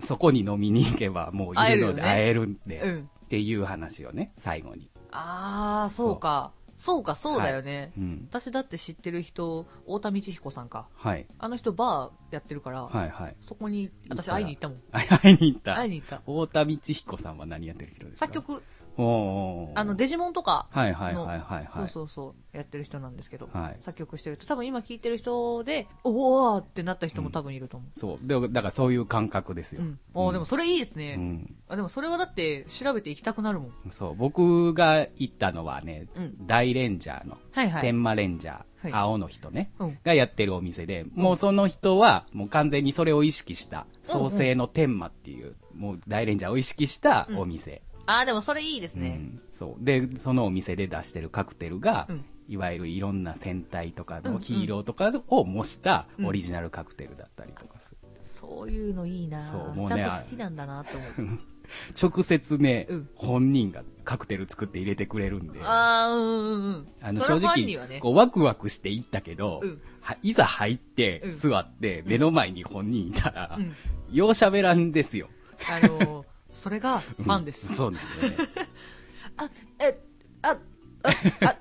Speaker 2: そこに飲みに行けばもういるので
Speaker 1: 会
Speaker 2: 会えるんで、
Speaker 1: うん
Speaker 2: っていう話をね、最後に。
Speaker 1: ああ、そうか。そうか、そうだよね。
Speaker 2: うん。
Speaker 1: 私だって知ってる人、太田道彦さんか。
Speaker 2: はい。
Speaker 1: あの人バーやってるから、
Speaker 2: はいはい。
Speaker 1: そこに、私
Speaker 2: 行ったら
Speaker 1: 会いに行ったもん。
Speaker 2: あ会いに行った。
Speaker 1: 会いに行った。
Speaker 2: 太田道彦さんは何やってる人ですか
Speaker 1: 作。曲、
Speaker 2: おーおーおー
Speaker 1: あの、デジモンとか、
Speaker 2: はいはいはいはい
Speaker 1: そ
Speaker 2: は
Speaker 1: う
Speaker 2: い。
Speaker 1: そうそう、やってる人なんですけど、
Speaker 2: はい
Speaker 1: 作曲してる人、多分今聞いてる人で、おおーってなった人も多分いると思
Speaker 2: そう。で、だからそういう感覚です
Speaker 1: う。
Speaker 2: よ。
Speaker 1: うん。ああ、でもそれいいですね。
Speaker 2: うん
Speaker 1: あでもそれはだって、調べて行きたくなるもん。
Speaker 2: そう。僕が行ったのはね、
Speaker 1: うん
Speaker 2: 大レンジャーの、
Speaker 1: はいはい。
Speaker 2: 天満レンジャー、
Speaker 1: はい
Speaker 2: 青の人ね、
Speaker 1: うん
Speaker 2: がやってるお店で、もうその人は、もう完全にそれを意識した、創生の天満っていう、もう大レンジャーを意識したお店。
Speaker 1: ああ、でもそれいいです
Speaker 2: うん
Speaker 1: ね。
Speaker 2: そう。で、そのお店で出してるカクテルが、
Speaker 1: うん
Speaker 2: いわゆるいろんな戦隊とか
Speaker 1: うんう
Speaker 2: の
Speaker 1: ん
Speaker 2: ヒーローとかを模したオリジナルカクテルだったりとかする。
Speaker 1: そういうのいいな、
Speaker 2: そうもう
Speaker 1: ち
Speaker 2: ね
Speaker 1: ゃんと好きなんだなと思う。
Speaker 2: 直接ね、
Speaker 1: うん
Speaker 2: 本人がカクテル作って入れてくれるんで。
Speaker 1: ああ、うんうんうん。
Speaker 2: あの、
Speaker 1: それ
Speaker 2: 正
Speaker 1: はファン
Speaker 2: 直、
Speaker 1: にはね
Speaker 2: こう、ワクワクして行ったけど、
Speaker 1: うん
Speaker 2: はいざ入って、
Speaker 1: うん
Speaker 2: 座って、目の前に本人いたら、
Speaker 1: うん
Speaker 2: よう喋らんですよ。
Speaker 1: あのーそれがフ
Speaker 2: うん
Speaker 1: ァンです。
Speaker 2: そうですね。
Speaker 1: あ、え、あ、あ、 あ、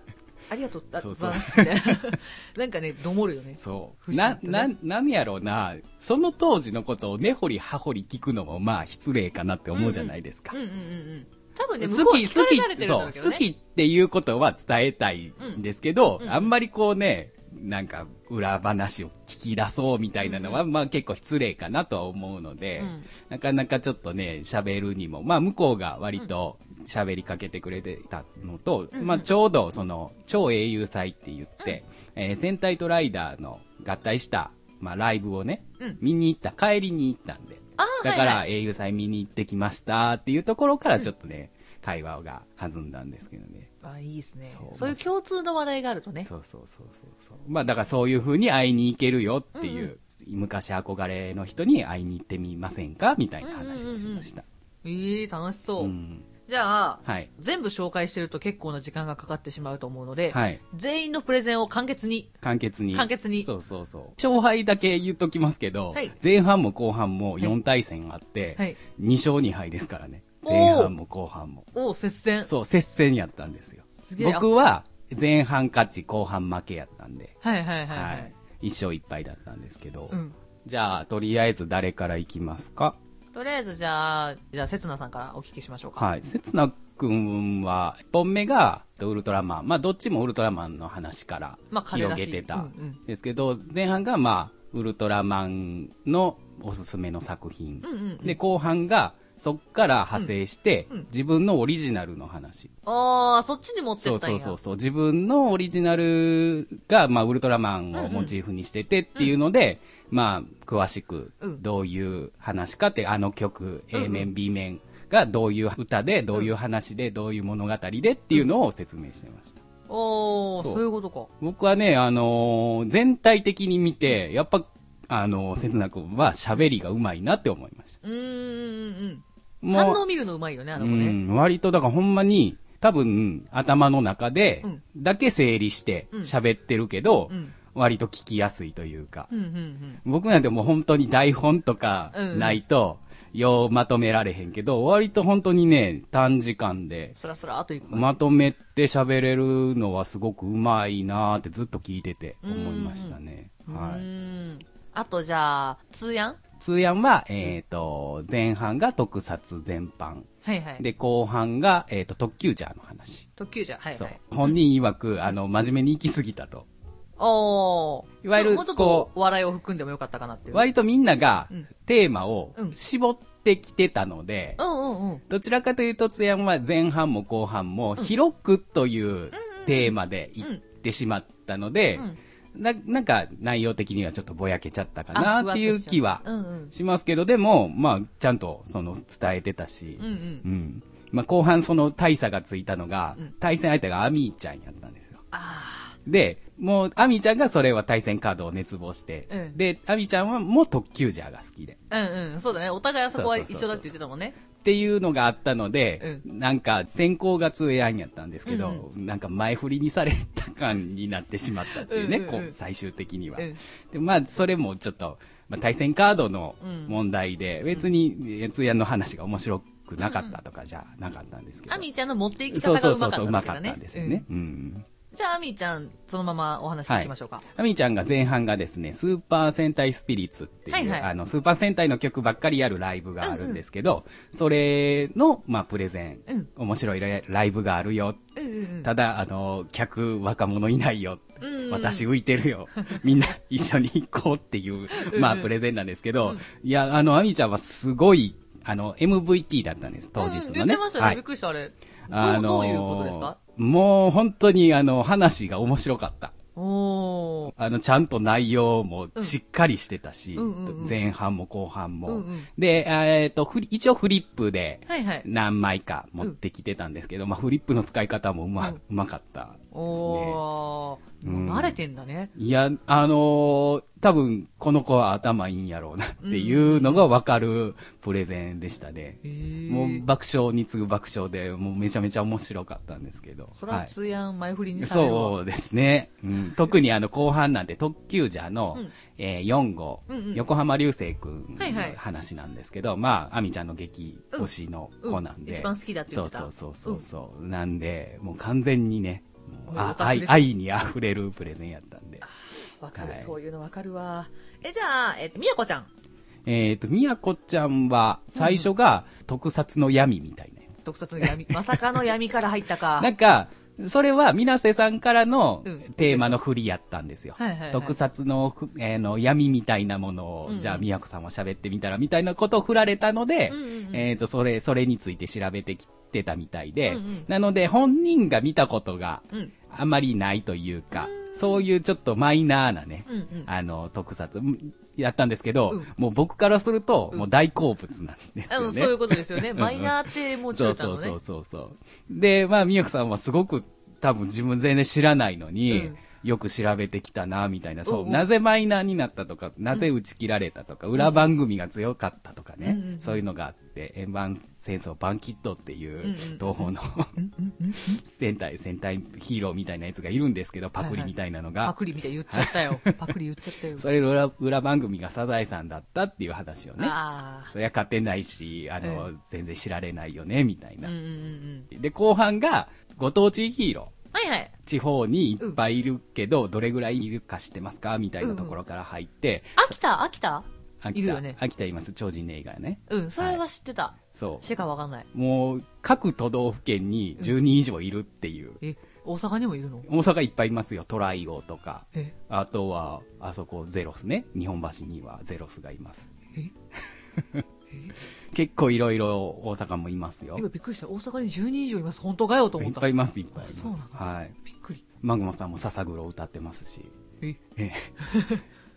Speaker 1: ありがとう、あ
Speaker 2: そうそう
Speaker 1: ざいますみたいな なんかね、どもるよね。
Speaker 2: そ
Speaker 1: 不
Speaker 2: う。
Speaker 1: 思議
Speaker 2: な、
Speaker 1: とね
Speaker 2: な、なんやろうな、その当時のことを根掘り葉掘り聞くのも、まあ、失礼かなって思うじゃないですか。
Speaker 1: うんうんうんうん。多分ね、向こ
Speaker 2: 好
Speaker 1: うは
Speaker 2: き、
Speaker 1: 聞か
Speaker 2: 好
Speaker 1: れ慣れて
Speaker 2: き、
Speaker 1: るんだろ
Speaker 2: そうう、
Speaker 1: けど
Speaker 2: 好
Speaker 1: ね。
Speaker 2: きっていうことは伝えたいんですけど、
Speaker 1: うんうん
Speaker 2: あんまりこうね、なんか裏話を聞き出そうみたいなのは、まあ結構失礼かなとは思うので、
Speaker 1: うん
Speaker 2: なかなかちょっとね、喋るにも、まあ向こうが割と喋りかけてくれてたのと、
Speaker 1: うんうん
Speaker 2: まあちょうどその超英雄祭って言って、えー戦隊とライダーの合体した、まあライブをね、
Speaker 1: うん
Speaker 2: 見に行った、帰りに行ったんで、
Speaker 1: あー
Speaker 2: だか
Speaker 1: はい
Speaker 2: ら
Speaker 1: は
Speaker 2: 英雄祭見に行ってきましたっていうところからちょっとね、会話が弾んだんですけどね。
Speaker 1: あ、いいですね。
Speaker 2: そう
Speaker 1: そういう共通の話題があるとね。
Speaker 2: そうそうそうそうそう。まあだからそういう風に会いに行けるよっていう、
Speaker 1: うん
Speaker 2: 昔憧れの人に会いに行ってみませんかみたいな話をしました。
Speaker 1: ええ楽しそうう。
Speaker 2: ん。
Speaker 1: じゃあ、
Speaker 2: はい。
Speaker 1: 全部紹介してると結構な時間がかかってしまうと思うので、
Speaker 2: はい
Speaker 1: 全員のプレゼンを簡潔に。
Speaker 2: 簡潔に。
Speaker 1: 簡潔に
Speaker 2: そうそうそう。勝敗だけ言っときますけど、
Speaker 1: はい
Speaker 2: 前半も後半も
Speaker 1: い
Speaker 2: 4対戦あって、
Speaker 1: はい
Speaker 2: 2勝2敗ですからね。
Speaker 1: おー
Speaker 2: 前半も後半も。
Speaker 1: お接戦。
Speaker 2: そう、接戦やったんですよ
Speaker 1: す。げえ
Speaker 2: 僕は前半勝ち、後半負けやったんで、
Speaker 1: はいはいはいは
Speaker 2: はいい。。一勝一敗だったんですけど、
Speaker 1: うん。
Speaker 2: じゃあ、とりあえず誰から行きますか
Speaker 1: とりあえずじゃあ、じゃあ、せつなさんからお聞きしましょうか。
Speaker 2: はい。せつなくんは、1本目が、ウルトラマン。まあ、どっちもウルトラマンの話から
Speaker 1: まあ彼ら
Speaker 2: 広
Speaker 1: しい
Speaker 2: げて
Speaker 1: う
Speaker 2: た
Speaker 1: んうん
Speaker 2: んですけど、前半が、まあ、ウルトラマンのおすすめの作品。
Speaker 1: うんうんうん
Speaker 2: で、後半が、そっから派生して、
Speaker 1: うんうん
Speaker 2: 自分のオリジナルの話。
Speaker 1: ああ、そっちに持って
Speaker 2: そ
Speaker 1: っ
Speaker 2: う
Speaker 1: たん
Speaker 2: そ
Speaker 1: や。
Speaker 2: うそうそう。自分のオリジナルが、まあ、ウルトラマンをモチーフにしててっていうので、まあ、詳しく
Speaker 1: うん、
Speaker 2: どういう話かって、あの曲、
Speaker 1: うんうん
Speaker 2: A 面、B 面がどういう歌で、どういう話で、どういう物語でっていうのを説明してました。
Speaker 1: おー、
Speaker 2: そう
Speaker 1: そういうことか。
Speaker 2: 僕はね、あのー全体的に見て、やっぱ、あのー、せつな君は喋りがうまいなって思いました。
Speaker 1: うーんうんうん。
Speaker 2: もう
Speaker 1: 反応見るのうまいよね、あの子
Speaker 2: う
Speaker 1: ね。
Speaker 2: ん、割とだからほんまに、多分頭の中で
Speaker 1: うん、
Speaker 2: だけ整理して
Speaker 1: うん
Speaker 2: 喋ってるけど、
Speaker 1: うん
Speaker 2: 割と聞きやすいというか
Speaker 1: う、んうんうん。
Speaker 2: 僕なんてもう本当に台本とか
Speaker 1: うんうん
Speaker 2: ないと、ようまとめられへんけど、割と本当にね、短時間で、
Speaker 1: スラスラーといく感
Speaker 2: まとめて喋れるのはすごくうまいなーってずっと聞いてて思いましたね。
Speaker 1: じ。
Speaker 2: は
Speaker 1: う
Speaker 2: い。
Speaker 1: ーん。あとじゃあ、通やん
Speaker 2: 通案は、えっ、と、前半が特撮全般。
Speaker 1: はいはい。
Speaker 2: で、後半が、えっ、と、特急ジャーの話。
Speaker 1: 特急じゃん。はい
Speaker 2: そ
Speaker 1: は
Speaker 2: う
Speaker 1: い。。
Speaker 2: 本人曰く、あの、真面目に行き過ぎたと。
Speaker 1: おー。
Speaker 2: いわゆる
Speaker 1: もうちょっ
Speaker 2: こと
Speaker 1: 笑いを含んでもよかったかなっていう。
Speaker 2: 割とみんなが
Speaker 1: うん
Speaker 2: テーマを
Speaker 1: うん
Speaker 2: 絞ってきてたので、
Speaker 1: うんうんうん。
Speaker 2: どちらかというと津山は前半も後半も広くというテーマでいってしまったので、ななんか内容的にはちょっとぼやけちゃったか
Speaker 1: あ
Speaker 2: なっていう気は
Speaker 1: うんうん。
Speaker 2: しますけど、でも、まあ、ちゃんとその伝えてたし
Speaker 1: うんう、ん
Speaker 2: う。んまあ、後半その大差がついたのが、
Speaker 1: うん
Speaker 2: 対戦相手がアミーちゃんやったんですよ。
Speaker 1: あ
Speaker 2: で、もう、アミちゃんがそれは対戦カードを熱望して、
Speaker 1: うん
Speaker 2: で、アミちゃんはもう特急ジャーが好きで。
Speaker 1: ー。うんうん。そうだね。お互いあそこは
Speaker 2: そうそうそう
Speaker 1: 一
Speaker 2: そ
Speaker 1: 緒
Speaker 2: う
Speaker 1: だって言ってたもんね。
Speaker 2: っていうのがあったので、
Speaker 1: う
Speaker 2: なんか先行が 2AI にやったんですけど、なんか前振りにされた感になってしまったっていうね、
Speaker 1: うんうんうん
Speaker 2: こう最終的には。
Speaker 1: うん
Speaker 2: でまあ、それもちょっと、まあ、対戦カードの問題で、別に、通夜の話が面白くなかったとかじゃなかったんですけど。
Speaker 1: アミーちゃんの持っていき
Speaker 2: そ
Speaker 1: 方
Speaker 2: う
Speaker 1: が
Speaker 2: そううそ
Speaker 1: ま
Speaker 2: う
Speaker 1: か
Speaker 2: そう、う
Speaker 1: っ
Speaker 2: ま
Speaker 1: たか
Speaker 2: か
Speaker 1: ら
Speaker 2: っ
Speaker 1: ね。
Speaker 2: たんですよね。うん
Speaker 1: うんじゃあ、アミーちゃん、そのままお話しいきましょうか。
Speaker 2: アミちゃんが前半がですね、スーパー戦隊スピリッツっていう、
Speaker 1: はいはい
Speaker 2: あの、スーパー戦隊の曲ばっかりやるライブがあるんですけど、それの、まあ、プレゼン、
Speaker 1: うん
Speaker 2: 面白いラライブがあるよ。
Speaker 1: うんうんうん。
Speaker 2: ただ、あの、客、若者いないよ。
Speaker 1: うんうんうん
Speaker 2: 私浮いてる よ。みんな一緒に行こうっていう、まあ、プレゼンなんですけど、いや、あの、アミちゃんはすごい、あの、MVP だったんです、当日のね。
Speaker 1: うん言ってましたね。
Speaker 2: はい
Speaker 1: びっくりした、あれ。どう,、
Speaker 2: あの
Speaker 1: どういうことですか
Speaker 2: もう本当にあの話が面白かった。
Speaker 1: おー。
Speaker 2: あの、ちゃんと内容もしっかりしてたし、
Speaker 1: うんうんうんうん
Speaker 2: 前半も後半も。
Speaker 1: うんうん
Speaker 2: で、あえっ、と、フリ一応フリップで
Speaker 1: はいはい。
Speaker 2: 何枚か持ってきてたんですけど、まあフリップの使い方もうま、
Speaker 1: う
Speaker 2: うんまかったですね。
Speaker 1: おー。
Speaker 2: うん
Speaker 1: もう慣れてんだね。
Speaker 2: いや、あのー多分この子は頭いいんやろうなっていうのがわかるプレゼンでしたね。
Speaker 1: へー
Speaker 2: もう爆笑に次ぐ爆笑で、もうめちゃめちゃ面白かったんですけど。
Speaker 1: それは
Speaker 2: はい
Speaker 1: 通やん前振りにされるわ。
Speaker 2: そうですね。うん、特にあの後半なんて特急ジャーの、
Speaker 1: うん
Speaker 2: えー4号、
Speaker 1: うんうん
Speaker 2: 横浜流星くん
Speaker 1: はいはい
Speaker 2: の話なんですけど、まあ、アミちゃんの激推しの子な
Speaker 1: う
Speaker 2: んで。
Speaker 1: んうん一番好きだって言ってた
Speaker 2: そうそうそうそう。うなんで、もう完全にね、もう
Speaker 1: もう
Speaker 2: あ
Speaker 1: オタクで
Speaker 2: 愛
Speaker 1: す
Speaker 2: 愛に溢れるプレゼンやったんで。
Speaker 1: わかる、
Speaker 2: はい
Speaker 1: そういうのわかるわ。え、じゃあ、えっと、みやこちゃん。
Speaker 2: えっ、と、みやこちゃんは最初が特撮の闇みたいなやつ。
Speaker 1: 特撮の 闇。まさかの闇から入ったか。
Speaker 2: なんか、それは、水瀬さんからの
Speaker 1: うん
Speaker 2: テーマの振りやったんですよ。
Speaker 1: はいはいはい
Speaker 2: 特撮の,ふ、えーの闇みたいなものを、
Speaker 1: うんうん
Speaker 2: じゃあ、宮子さんは喋ってみたら、みたいなことを振られたので、
Speaker 1: うんうんうん
Speaker 2: えっ、と、それ、それについて調べてきてたみたい
Speaker 1: う
Speaker 2: で、
Speaker 1: んうん
Speaker 2: なので、本人が見たことが
Speaker 1: うん。
Speaker 2: あまりないというか、そういうちょっとマイナーなね、
Speaker 1: うんうん
Speaker 2: あの、特撮、うんやったんですけど、
Speaker 1: うん
Speaker 2: もう僕からすると、もう大好物なんです
Speaker 1: あ
Speaker 2: よ
Speaker 1: の、
Speaker 2: ね。
Speaker 1: そういうことですよね。
Speaker 2: うん
Speaker 1: マイナーってもうち
Speaker 2: そ
Speaker 1: ょ
Speaker 2: う
Speaker 1: いた
Speaker 2: そ
Speaker 1: の
Speaker 2: う
Speaker 1: ね。
Speaker 2: そうそうそう。で、まあ、みやこさんはすごく、多分自分全然知らないのに、
Speaker 1: うん
Speaker 2: よく調べてきたな、みたいな。そう、
Speaker 1: うんうん
Speaker 2: なぜマイナーになったとか、なぜ打ち切られたとか、裏番組が強かったとかね、
Speaker 1: うんうん
Speaker 2: そういうのがあって、円盤戦争バンキットってい
Speaker 1: んうん
Speaker 2: う、東方の戦隊、戦隊ヒーローみたいなやつがいるんですけど、パクリみたいなのが、
Speaker 1: パクリみたいに言っちゃったよ。パクリ言っちゃったよ。
Speaker 2: それの裏裏番組がサザエさんだったっていう話をね、
Speaker 1: ああ。
Speaker 2: そりゃ勝てないし、あの、
Speaker 1: う
Speaker 2: 全然知られないよね、みたいな。
Speaker 1: うんうんうんうん。
Speaker 2: で、後半が、ご当地ヒーロー。
Speaker 1: はいはい。
Speaker 2: 地方にいっぱいいるけど、どれぐらいいるか知ってますかみたいなところから入って、
Speaker 1: 秋田秋田い
Speaker 2: 秋
Speaker 1: る
Speaker 2: 田、
Speaker 1: よね
Speaker 2: 秋田います、超人映画ね。
Speaker 1: うん、それは知ってた。
Speaker 2: そ
Speaker 1: しかわかんない。
Speaker 2: う。もう、各都道府県に10人以上いるっていう。
Speaker 1: え、大阪にもいるの
Speaker 2: 大阪いっぱいいますよ、トライゴとか。
Speaker 1: え、
Speaker 2: あとは、あそこ、ゼロスね。日本橋にはゼロスがいます。
Speaker 1: え
Speaker 2: 結構いろいろ大阪もいますよ。
Speaker 1: 今びっくりした。大阪に10人以上います。本当かよと
Speaker 2: い
Speaker 1: 思っ。
Speaker 2: ったぱいいます、いっぱいいます。
Speaker 1: そうなの
Speaker 2: はい。
Speaker 1: びっくり。
Speaker 2: マグマさんも笹黒歌ってますし。
Speaker 1: え、
Speaker 2: え え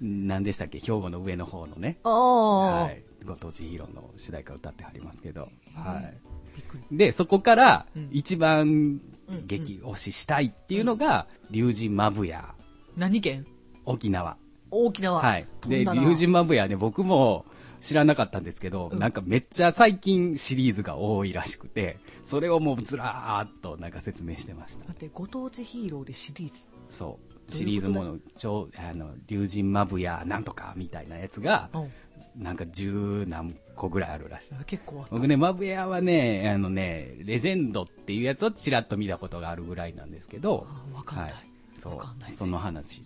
Speaker 2: 何でしたっけ兵庫の上の方のね、
Speaker 1: ああ、
Speaker 2: はい、ご当地ヒーローの主題歌歌ってはりますけど、はい、
Speaker 1: びっくり。
Speaker 2: でそこから
Speaker 1: うん
Speaker 2: 一番
Speaker 1: うん
Speaker 2: 激推ししたいっていうのが龍神マブヤ
Speaker 1: 何県
Speaker 2: 沖縄
Speaker 1: 沖縄。
Speaker 2: はい
Speaker 1: 飛ん
Speaker 2: で
Speaker 1: だ
Speaker 2: 龍
Speaker 1: な
Speaker 2: 神マブヤね僕も知らなかったんですけど、
Speaker 1: うん
Speaker 2: なんかめっちゃ最近シリーズが多いらしくてそれをもうずらーっとなんか説明してました
Speaker 1: 待って、ご当地ヒーローでシリーズ。
Speaker 2: そうシリーズもの超あの龍神マブヤなんとかみたいなやつが、
Speaker 1: うん。
Speaker 2: なんか十何個ぐらいあるらしい。
Speaker 1: 結構あった。
Speaker 2: 僕ね、マブヤはね、あのね、レジェンドっていうやつをちらっと見たことがあるぐらいなんですけど、
Speaker 1: あわかんない
Speaker 2: そう
Speaker 1: わかんない
Speaker 2: その話、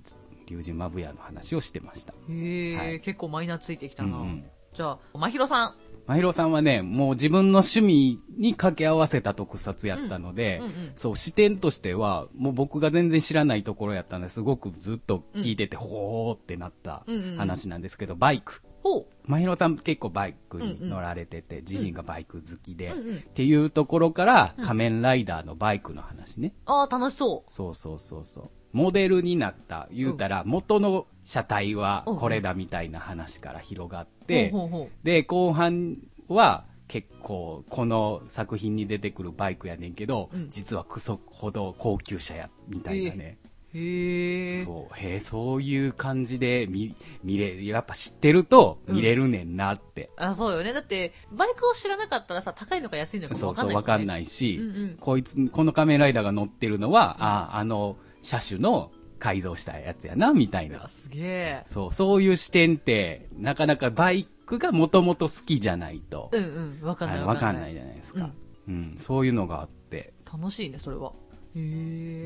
Speaker 2: 龍神マブヤの話をしてました。
Speaker 1: へえ、
Speaker 2: はい
Speaker 1: 結構マイナーついてきたな。
Speaker 2: うんうん
Speaker 1: じゃあ、まひろさん。
Speaker 2: まひろさんはね、もう自分の趣味に掛け合わせた特撮やったので、
Speaker 1: うんうんうん
Speaker 2: そう、視点としては、もう僕が全然知らないところやったんですごくずっと聞いてて、ほーってなった話なんですけど、バイク。
Speaker 1: ほ
Speaker 2: まひろさん結構バイクに乗られてて、自身がバイク好きで、
Speaker 1: うんうん
Speaker 2: っていうところから、仮面ライダーのバイクの話ね。
Speaker 1: う。ああ、楽しそ
Speaker 2: そうそうそうそう。モデルになった、言うたら、元の車体はこれだみたいな話から広がっ
Speaker 1: う。
Speaker 2: て、
Speaker 1: ほうほうほ
Speaker 2: で、後半は、結構、この作品に出てくるバイクやねんけど、
Speaker 1: うん
Speaker 2: 実はクソほど高級車や、みたいなね。
Speaker 1: う。へへえ。
Speaker 2: そう、へえ、そういう感じで見、見れ、やっぱ知ってると見れるねんなって。
Speaker 1: あ、そうよね。だって、バイクを知らなかったらさ、高いのか安いのかも
Speaker 2: そ
Speaker 1: わ
Speaker 2: う
Speaker 1: かん
Speaker 2: そ
Speaker 1: な
Speaker 2: う、
Speaker 1: い、
Speaker 2: わかん
Speaker 1: い。
Speaker 2: ないし、
Speaker 1: うんうん
Speaker 2: こいつ、この仮面ライダーが乗ってるのは、ああ、あの車種の改造したやつやな、みたいう
Speaker 1: わ
Speaker 2: な。
Speaker 1: すげえ。
Speaker 2: そう、そういう視点って、なかなかバイクがもともと好きじゃないと、
Speaker 1: うんうん。わかんな
Speaker 2: あ
Speaker 1: い。
Speaker 2: のわかんないじゃないですか、うん。そういうのがあって。
Speaker 1: 楽しいね、それは。へ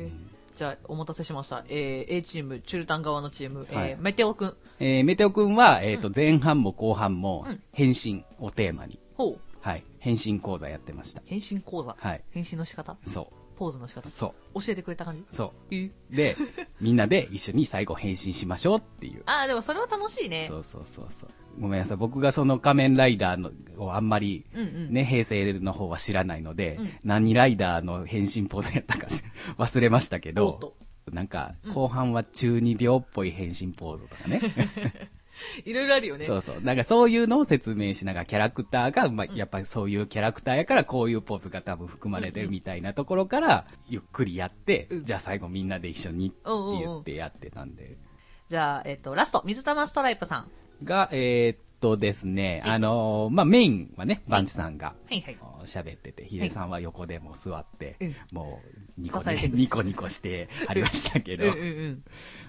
Speaker 1: え。じゃあ、お待たせしました。えー、A チーム、チュルタン側のチーム、
Speaker 2: は
Speaker 1: え
Speaker 2: い
Speaker 1: ー、メテオくん。
Speaker 2: えーメテオくんは、えっ、と、前半も後半も
Speaker 1: うん、
Speaker 2: 変身をテーマに、
Speaker 1: ほう。
Speaker 2: はい、変身講座やってました。
Speaker 1: 変身講座。
Speaker 2: はい。
Speaker 1: 変身の仕方
Speaker 2: そ
Speaker 1: ポーズの仕方
Speaker 2: う、そ
Speaker 1: 教えてくれた感じ
Speaker 2: う、そ
Speaker 1: えー
Speaker 2: う。 で、みんなで一緒に最後変身しましょうっていう。
Speaker 1: あー、でもそれは楽しいね。
Speaker 2: そうそうそうそう。ごめんなさい、僕がその仮面ライダーのをあんまり、
Speaker 1: うんうん。
Speaker 2: ね、平成の方は知らないので、
Speaker 1: うん
Speaker 2: 何ライダーの変身ポーズやったかし 忘れましたけ
Speaker 1: おっと
Speaker 2: ど、なんか、後半は中二病っぽい変身ポーズとかね。
Speaker 1: いろいろあるよね。
Speaker 2: そうそう。なんかそういうのを説明しながら、キャラクターが、まあ、やっぱりそういうキャラクターやから、こういうポーズが多分含まれてるみたいなところから、ゆっくりやって、
Speaker 1: うん
Speaker 2: じゃあ最後みんなで一緒にって
Speaker 1: うんうんうん
Speaker 2: 言ってやってたんで。
Speaker 1: じゃあ、えっ、と、ラスト、水玉ストライプさん。
Speaker 2: が、えーっとですね、あのーまあ、メインはね、バンチさんが、
Speaker 1: はいはい。
Speaker 2: 喋ってて、ヒデさんは横でもう座って、
Speaker 1: うん
Speaker 2: もう、ニコ
Speaker 1: 支えてくれ
Speaker 2: ニコニコしてありました け
Speaker 1: うん
Speaker 2: ど
Speaker 1: うん、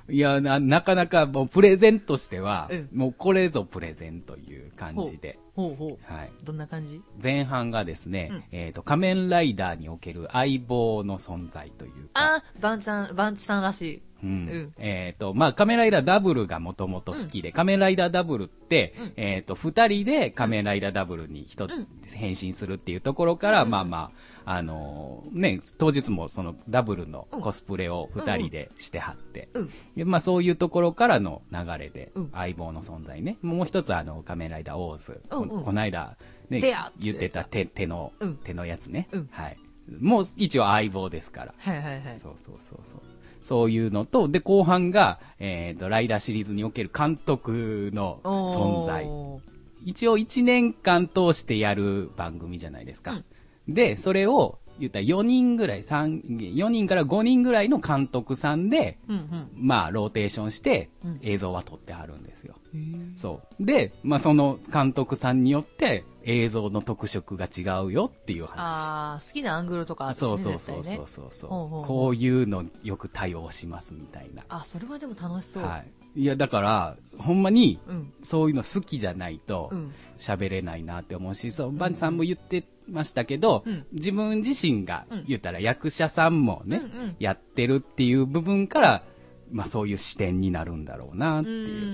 Speaker 1: うん。
Speaker 2: いやな、なかなかもうプレゼンとしては、
Speaker 1: うん
Speaker 2: もうこれぞプレゼンという感じで、
Speaker 1: ほうほ
Speaker 2: はい。
Speaker 1: う。どんな感じ
Speaker 2: 前半がですね、
Speaker 1: うん
Speaker 2: えっ、と、仮面ライダーにおける相棒の存在というか、
Speaker 1: あー、バンちゃん、バンチさんらしい。
Speaker 2: うん
Speaker 1: うん
Speaker 2: えっ、と、まあ、仮面ライダーダブルがもともと好きで、仮面ライダーダブルって、
Speaker 1: うん
Speaker 2: えっ、と、二人で仮面ライダーダブルに一つ変身するっていうところから、まあまあ、あのーね、当日もそのダブルのコスプレを二人でしてはって、
Speaker 1: うん。
Speaker 2: でまあそういうところからの流れで
Speaker 1: うん、
Speaker 2: 相棒の存在ね。もう一つあの、仮面ライダーオーズ。
Speaker 1: うんうん
Speaker 2: ここの間、ね
Speaker 1: ペア、
Speaker 2: 言ってた手、手の、
Speaker 1: うん
Speaker 2: 手のやつね、
Speaker 1: うん
Speaker 2: はい。もう一応相棒ですから。
Speaker 1: はいはいはい。
Speaker 2: そうそうそうそう。そういうのと、で、後半が、えっ、と、ライダーシリーズにおける監督の存在。
Speaker 1: おー
Speaker 2: 一応1年間通してやる番組じゃないですか。で、それを、言ったら4人ぐらい、三4人から5人ぐらいの監督さんで、
Speaker 1: うんうん。
Speaker 2: まあ、ローテーションして
Speaker 1: うん
Speaker 2: 映像は撮ってはるんですよ。
Speaker 1: へー
Speaker 2: そう。で、まあ、その監督さんによって映像の特色が違うよっていう話。
Speaker 1: あー、好きなアングルとかあるしね
Speaker 2: そうそうそう
Speaker 1: 絶対ね
Speaker 2: そうそうそう、
Speaker 1: ほうほうほう
Speaker 2: こういうのよく対応しますみたいな。
Speaker 1: あ、それはでも楽しそう。
Speaker 2: はい。いや、だから、ほんまに、
Speaker 1: うん。
Speaker 2: そういうの好きじゃないと
Speaker 1: うん。
Speaker 2: 喋れないなって思うし、そう、バンチさんも言ってましたけど、
Speaker 1: うん
Speaker 2: 自分自身が
Speaker 1: うん
Speaker 2: 言ったら役者さんもね、
Speaker 1: うんうん
Speaker 2: やってるっていう部分から、まあそういう視点になるんだろうなっ
Speaker 1: うん
Speaker 2: て
Speaker 1: うん
Speaker 2: いう。
Speaker 1: う。
Speaker 2: うん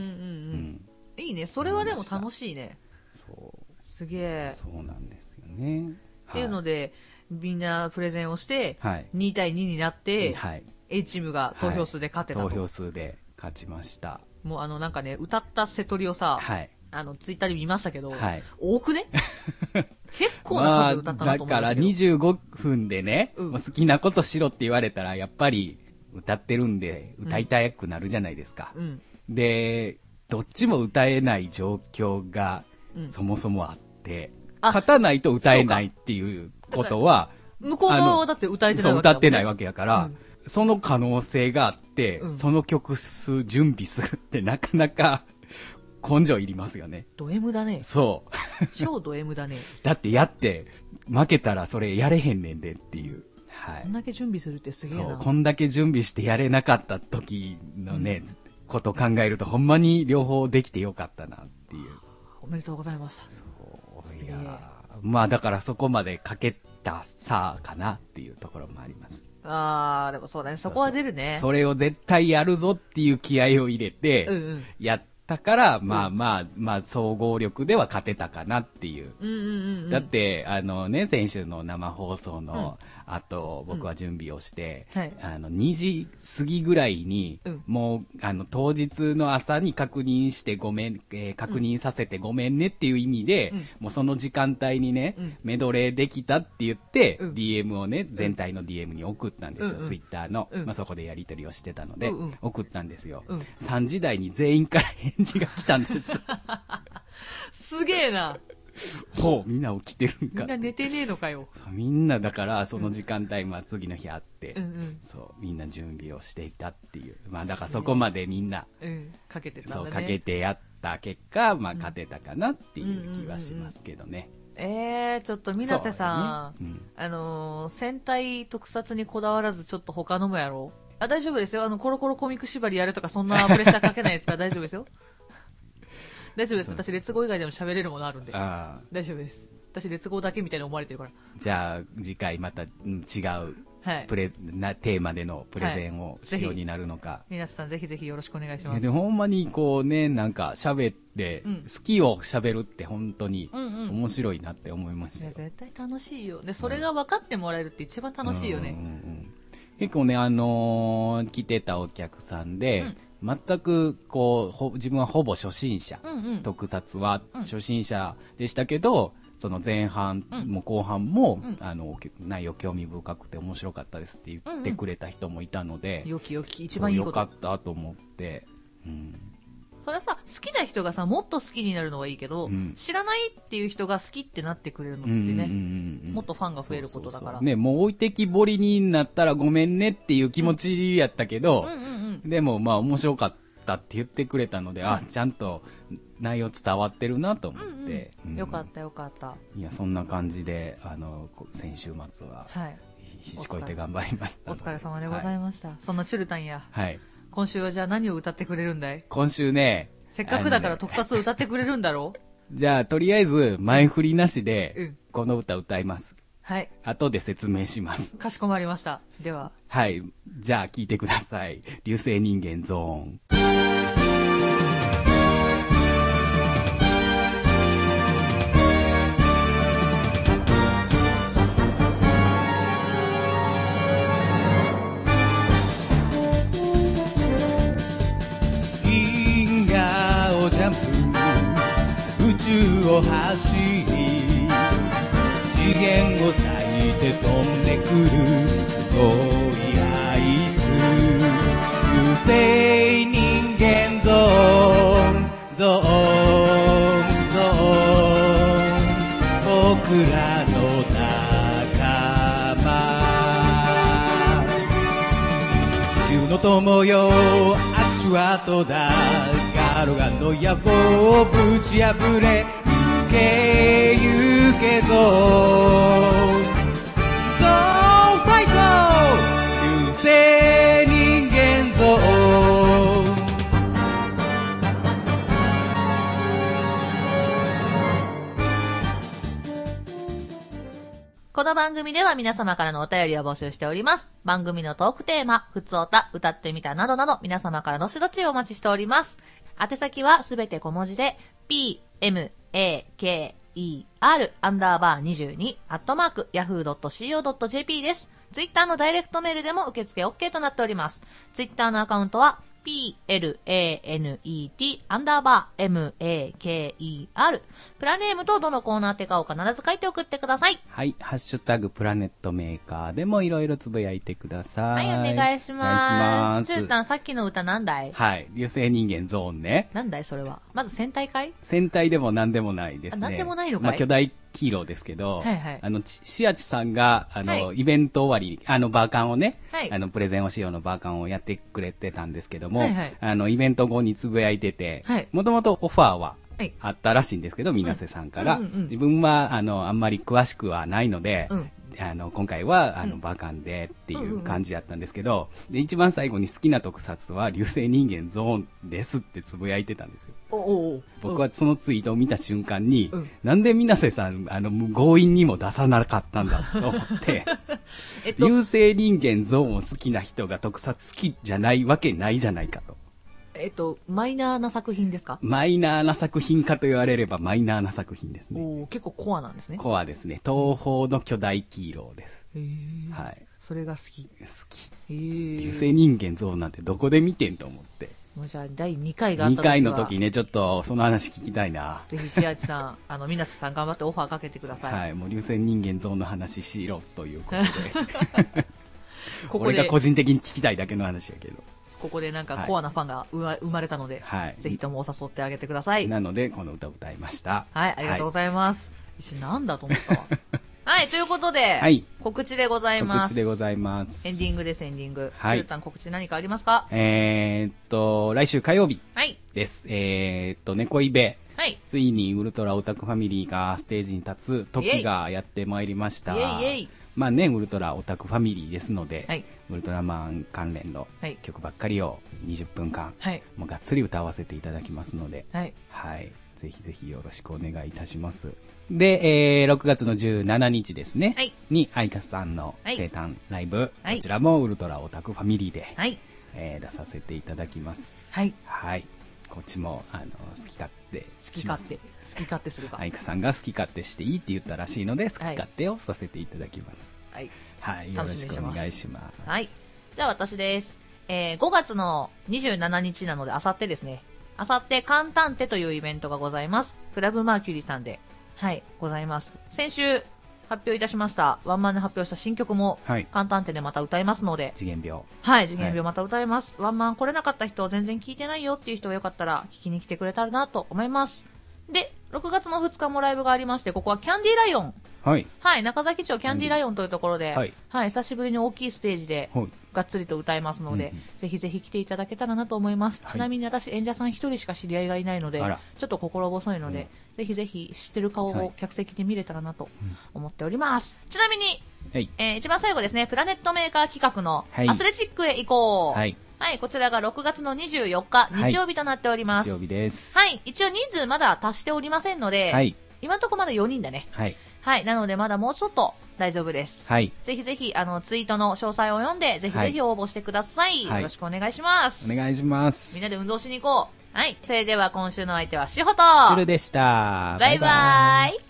Speaker 2: ん
Speaker 1: いいね。それはでも楽しいね。
Speaker 2: そ
Speaker 1: すげ
Speaker 2: う
Speaker 1: え。
Speaker 2: そうなんですよね。
Speaker 1: っていうの
Speaker 2: で、
Speaker 1: で、みんなプレゼンをして、
Speaker 2: はい
Speaker 1: 2対2になって、
Speaker 2: はい、
Speaker 1: A チームが投票数で勝てたと。
Speaker 2: 投票数で勝ちました。
Speaker 1: もうあのなんかね、歌った瀬戸りをさ、
Speaker 2: はい。
Speaker 1: あのツイッターで見ましたけど、
Speaker 2: はい
Speaker 1: 多く ね結構な数歌ったなと思
Speaker 2: だ
Speaker 1: う
Speaker 2: か
Speaker 1: んです
Speaker 2: ら
Speaker 1: けど、
Speaker 2: 25分でね、
Speaker 1: うん
Speaker 2: もう好きなことしろって言われたら、やっぱり歌ってるんで、歌いたくなるじゃないですか。
Speaker 1: うん。
Speaker 2: で、どっちも歌えない状況が
Speaker 1: うん
Speaker 2: そもそもあって、
Speaker 1: あ
Speaker 2: 勝たないと歌えないっていうことは、
Speaker 1: 向こう側はだって歌えてな
Speaker 2: そ、
Speaker 1: いうわけだもんね
Speaker 2: 歌ってないわけやから、
Speaker 1: うん
Speaker 2: その可能性があって、
Speaker 1: うん
Speaker 2: その曲数準備するってなかなか根性いりますよね。
Speaker 1: ド M だね。
Speaker 2: そう。
Speaker 1: 超ド M だね。
Speaker 2: だってやって、負けたらそれやれへんねんでっていう。は
Speaker 1: こん
Speaker 2: い。
Speaker 1: だけ準備するってすげ
Speaker 2: そ
Speaker 1: えな。
Speaker 2: う、こんだけ準備してやれなかった時のね、こと考えるとほんまに両方できてよかったなっていう。
Speaker 1: おめでとうございました。
Speaker 2: そう
Speaker 1: す
Speaker 2: い
Speaker 1: げえ
Speaker 2: やーまあだからそこまでかけたさかなっていうところもあります。
Speaker 1: あー、でもそうだね。そこは出るね。
Speaker 2: それを絶対やるぞっていう気合を入れて、
Speaker 1: うんうん
Speaker 2: やったから、まあまあ、まあ総合力では勝てたかなっていう。
Speaker 1: うんうんうんうん。
Speaker 2: だって、あのね、先週の生放送の後、僕は準備をして、
Speaker 1: うんはい
Speaker 2: あの、2時過ぎぐらいに、
Speaker 1: うん
Speaker 2: もう、あの、当日の朝に確認してごめん、えー確認させてごめんねっていう意味で、
Speaker 1: うん
Speaker 2: もうその時間帯にね、
Speaker 1: うん
Speaker 2: メドレーできたって言って、
Speaker 1: うん
Speaker 2: DM をね、全体の DM に送ったんですよ、
Speaker 1: うんうん
Speaker 2: ツイッターの。
Speaker 1: うん
Speaker 2: まあ、そこでやり取りをしてたので、
Speaker 1: うんうん
Speaker 2: 送ったんですよ。
Speaker 1: うん
Speaker 2: 3時台に全員から返事が来たんです。
Speaker 1: すげえな。
Speaker 2: ほう、みんな起きてるん
Speaker 1: み
Speaker 2: か
Speaker 1: んな。寝てねえのかよ。
Speaker 2: そうみんなだから、その時間帯、まあ次の日あって、
Speaker 1: うんうん。
Speaker 2: そう、みんな準備をしていたっていう。まあだからそこまでみんな、
Speaker 1: うん。かけてた
Speaker 2: そ
Speaker 1: ん
Speaker 2: う、
Speaker 1: だね。
Speaker 2: かけてやった結果、まあ勝てたかなっていう気はしますけどね。
Speaker 1: えー、ちょっと、水瀬さん、
Speaker 2: そうだねうん
Speaker 1: あのー戦隊特撮にこだわらず、ちょっと他のもやろう。あ、大丈夫ですよ。あの、コロコロコミック縛りやるとか、そんなプレッシャーかけない ですから、大丈夫ですよ。大丈夫です。私、列語以外でも喋れるものあるんで。
Speaker 2: ああ
Speaker 1: 大丈夫です。私、列語だけみたいに思われてるか
Speaker 2: じゃあ次回またうん違う
Speaker 1: ら。はい
Speaker 2: プ。レ、なテーマでのプレゼンを
Speaker 1: ぜ
Speaker 2: し
Speaker 1: ひ
Speaker 2: ようになるのか。
Speaker 1: 皆さん、ぜひぜひよろしくお願いし
Speaker 2: いや
Speaker 1: ます。
Speaker 2: でもほんまにこうね、なんか喋って、
Speaker 1: うん
Speaker 2: 好きを喋るって本当に
Speaker 1: うんうん
Speaker 2: 面白いなって思いまし
Speaker 1: い
Speaker 2: た
Speaker 1: や
Speaker 2: よ。
Speaker 1: 絶対楽しいよ。で、それが分かってもらえるって一番楽しいよ
Speaker 2: うんう
Speaker 1: ね。
Speaker 2: んうん結構ね、あのー来てたお客さんで、全くこうほ、自分はほぼ初心者、
Speaker 1: うんうん。
Speaker 2: 特撮は
Speaker 1: うん
Speaker 2: 初心者でしたけど、その前半も後半も、
Speaker 1: うん
Speaker 2: あの内容興味深くて面白かったですって言ってくれた人もいたので、
Speaker 1: よきよき、一番いいこ
Speaker 2: よか
Speaker 1: と。
Speaker 2: ったと思って、うん、
Speaker 1: それはさ、好きな人がさ、もっと好きになるのはいいけど、
Speaker 2: うん
Speaker 1: 知らないっていう人が好きってなってくれるのって
Speaker 2: うん
Speaker 1: ね、
Speaker 2: うんうんうん
Speaker 1: もっとファンが増えることだ
Speaker 2: そうそう
Speaker 1: か
Speaker 2: そ
Speaker 1: ら。
Speaker 2: うね、もう置いてきぼりになったらごめんねっていう気持ちやったけど、
Speaker 1: うんうんうん。
Speaker 2: でもまあ面白かったって言ってくれたので、あ、ちゃんと内容伝わってるなと思っ
Speaker 1: うん
Speaker 2: て。
Speaker 1: う、
Speaker 2: うんん
Speaker 1: よかったよかった。
Speaker 2: いや、そんな感じで、あの、こ先週末は、
Speaker 1: はい。
Speaker 2: ひしこいて頑張りました
Speaker 1: お
Speaker 2: ので。
Speaker 1: 疲れ様でございました。そんなチュルタンや、
Speaker 2: はい。はい。
Speaker 1: 今週はじゃあ何を歌ってくれるんだい
Speaker 2: 今週ね、
Speaker 1: せっかくだから
Speaker 2: あのね
Speaker 1: 特撮歌ってくれるんだろう
Speaker 2: じゃあ、とりあえず、前振りなし
Speaker 1: う
Speaker 2: で
Speaker 1: ん、
Speaker 2: この歌歌います。
Speaker 1: はい。
Speaker 2: 後で説明します。
Speaker 1: かしこまりました。では。
Speaker 2: はい。じゃあ、聞いてください。 流星人間ゾーン。銀河をジャンプ宇宙を走り次元を裂いて飛んでくるすごいあいつ流星人間ゾーンゾーンゾーン僕らの仲間地球の友よ足跡だガロガの野望をぶち破れ行け行けぞゾーンファイト流星人間ゾーン
Speaker 1: この番組では皆様からのお便りを募集しております。番組のトークテーマ、ふつおた、歌ってみたなどなど、皆様からのしどちをお待ちしております。宛先はすべて小文字で、p, m, a, k, e, r, アンダーバー22、アットマーク、yahoo.co.jp です。ツイッターのダイレクトメールでも受付 OK となっております。ツイッターのアカウントは、planet アンダーバー maker プラネームとどのコーナーってかを必ず書いて送ってください。
Speaker 2: はい、ハッシュタグプラネットメーカーでもいろいろつぶやいてくださ。
Speaker 1: はいい、お願いします。
Speaker 2: お
Speaker 1: つー
Speaker 2: 願いしま
Speaker 1: たん、さっきの歌なんだい
Speaker 2: す。はい、流星人間ゾーンね。
Speaker 1: なんだいそれは。まず戦隊かい
Speaker 2: 戦隊でも何でもないですね。
Speaker 1: あ何でもないのかい
Speaker 2: まあ、巨大ヒーローですけど、
Speaker 1: はいはい
Speaker 2: あの、ちシアチさんが、あの、
Speaker 1: は
Speaker 2: イベント終わり、あの、バーカンをね、
Speaker 1: はい
Speaker 2: あの、プレゼンをしようのバーカンをやってくれてたんですけども、
Speaker 1: はいはい
Speaker 2: あの、イベント後につぶやいてて
Speaker 1: はい、
Speaker 2: もともとオファーは、
Speaker 1: はい。
Speaker 2: あったらしいんですけど、水瀬さんから、
Speaker 1: うんうんうん
Speaker 2: 自分は、あの、あんまり詳しくはないので、
Speaker 1: うん
Speaker 2: あの、今回は、あ
Speaker 1: う
Speaker 2: の、
Speaker 1: ん
Speaker 2: バカンでっていう感じだったんですけど、で、一番最後に好きな特撮は、流星人間ゾーンですってつぶやいてたんですよ。
Speaker 1: おおお。
Speaker 2: 僕はそのツイートを見た瞬間に、
Speaker 1: うん
Speaker 2: なんで水瀬さん、あの、強引にも出さなかったんだと思 って、
Speaker 1: えっと、
Speaker 2: 流星人間ゾーンを好きな人が特撮好きじゃないわけないじゃないかと。
Speaker 1: えっと、マイナーな作品ですか
Speaker 2: マイナーな作品かと言われればマイナーな作品ですね。
Speaker 1: おお結構コアなんですね。
Speaker 2: コアですね。東方の巨大ヒーローです。
Speaker 1: へえ。
Speaker 2: はい。
Speaker 1: それが好き。
Speaker 2: 好き。
Speaker 1: へ
Speaker 2: 流
Speaker 1: え。
Speaker 2: 星人間像なんてどこで見てんと思って。
Speaker 1: もうじゃあ、第2回があった
Speaker 2: 2
Speaker 1: 時は
Speaker 2: 回の時ね、ちょっとその話聞きたいな。
Speaker 1: ぜひ、しあじさん、あの、みなせさん頑張ってオファーかけてください。
Speaker 2: はい。もう流星人間像の話 しろということで。
Speaker 1: ここ
Speaker 2: 俺が
Speaker 1: で
Speaker 2: 個、人的に聞きたいだけの話やけど。
Speaker 1: ここでなんか
Speaker 2: はい
Speaker 1: コアなファンが生ま生まれたので、
Speaker 2: はい
Speaker 1: ぜひともお誘ってあげてください。
Speaker 2: なので、この歌を歌いました。
Speaker 1: はい、ありがとうございます。一瞬なんだと思ったわ。 はい、ということで、
Speaker 2: い
Speaker 1: 告知でござい
Speaker 2: 告
Speaker 1: ます。
Speaker 2: 知でございます。
Speaker 1: エンディングです、エンディング。
Speaker 2: はい
Speaker 1: じゅうたん告知何かありますか
Speaker 2: えーっと、来週火曜日
Speaker 1: はい、
Speaker 2: です。えーっと、猫イベ。
Speaker 1: はい。
Speaker 2: ついにウルトラオタクファミリーがステージに立つ時がやってまいりました。
Speaker 1: イエイイエイ
Speaker 2: まあね、ウルトラオタクファミリーですので、
Speaker 1: はい
Speaker 2: ウルトラマン関連の
Speaker 1: はい
Speaker 2: 曲ばっかりを20分間、
Speaker 1: はい。
Speaker 2: もうがっつり歌わせていただきますので、
Speaker 1: はい。
Speaker 2: はい。ぜひぜひよろしくお願いいたします。で、えー6月の17日ですね。
Speaker 1: はい
Speaker 2: に、アイカスさんの
Speaker 1: はい
Speaker 2: 生誕ライブ。
Speaker 1: はい
Speaker 2: こちらもウルトラオタクファミリーで、
Speaker 1: はい。
Speaker 2: えー出させていただきます。
Speaker 1: はい。
Speaker 2: はい。こっちも、あの、好き勝手
Speaker 1: 好き
Speaker 2: しま
Speaker 1: 勝手。
Speaker 2: す。
Speaker 1: 好き勝手するか。
Speaker 2: アイカさんが好き勝手していいって言ったらしいので、好き
Speaker 1: はい
Speaker 2: 勝手をさせていただきます。
Speaker 1: はい。
Speaker 2: はい。よろ
Speaker 1: 楽し
Speaker 2: し
Speaker 1: みにし
Speaker 2: く
Speaker 1: ます
Speaker 2: お願いします。
Speaker 1: はい。じゃあ私です。えー、5月の27日なので、あさってですね。あさって、カンタンテというイベントがございます。クラブマーキュリーさんで。はい、ございます。先週、発表いたしました。ワンマンで発表した新曲も、
Speaker 2: はい。
Speaker 1: カンタンテでまた歌いますので、
Speaker 2: 次元病。
Speaker 1: はい、次元病また歌います。ワンマン来れなかった人、全然聞いてないよっていう人がよかったら、聞きに来てくれたらなと思います。で、6月の2日もライブがありまして、ここはキャンディーライオン。
Speaker 2: はい。
Speaker 1: はい、中崎町キャンディーライオンというところで、
Speaker 2: は
Speaker 1: はいい、久しぶりに大きいステージで、
Speaker 2: はい。
Speaker 1: がっつりと歌えますので、
Speaker 2: うんうん
Speaker 1: ぜひぜひ来ていただけたらなと思います。
Speaker 2: はい
Speaker 1: ちなみに私、演者さん一人しか知り合いがいないので
Speaker 2: あら、
Speaker 1: ちょっと心細いので、ぜひぜひ知ってる顔
Speaker 2: はい
Speaker 1: を客席で見れたらなと
Speaker 2: うん
Speaker 1: 思っております。ちなみに、
Speaker 2: はい。
Speaker 1: えー一番最後ですね、プラネットメーカー企画の
Speaker 2: はい
Speaker 1: アスレチックへ行こう。
Speaker 2: はい。
Speaker 1: はい、こちらが6月の24日、
Speaker 2: はい
Speaker 1: 日曜日となっております。
Speaker 2: 日
Speaker 1: は
Speaker 2: 曜
Speaker 1: い、
Speaker 2: 日です。
Speaker 1: 一応人数まだ足しておりませんので、
Speaker 2: はい。
Speaker 1: 今のところまだ4人だね。
Speaker 2: はい。
Speaker 1: はい、なのでまだもうちょっと大丈夫です。
Speaker 2: はい。
Speaker 1: ぜひぜひ、あの、ツイートの詳細を読んで、ぜひぜひ応募してください。
Speaker 2: はい
Speaker 1: よろしくお願いします。
Speaker 2: お願いします。
Speaker 1: みんなで運動しに行こう。はい、それでは今週の相手はしほと、
Speaker 2: ルでした。
Speaker 1: バイバイ。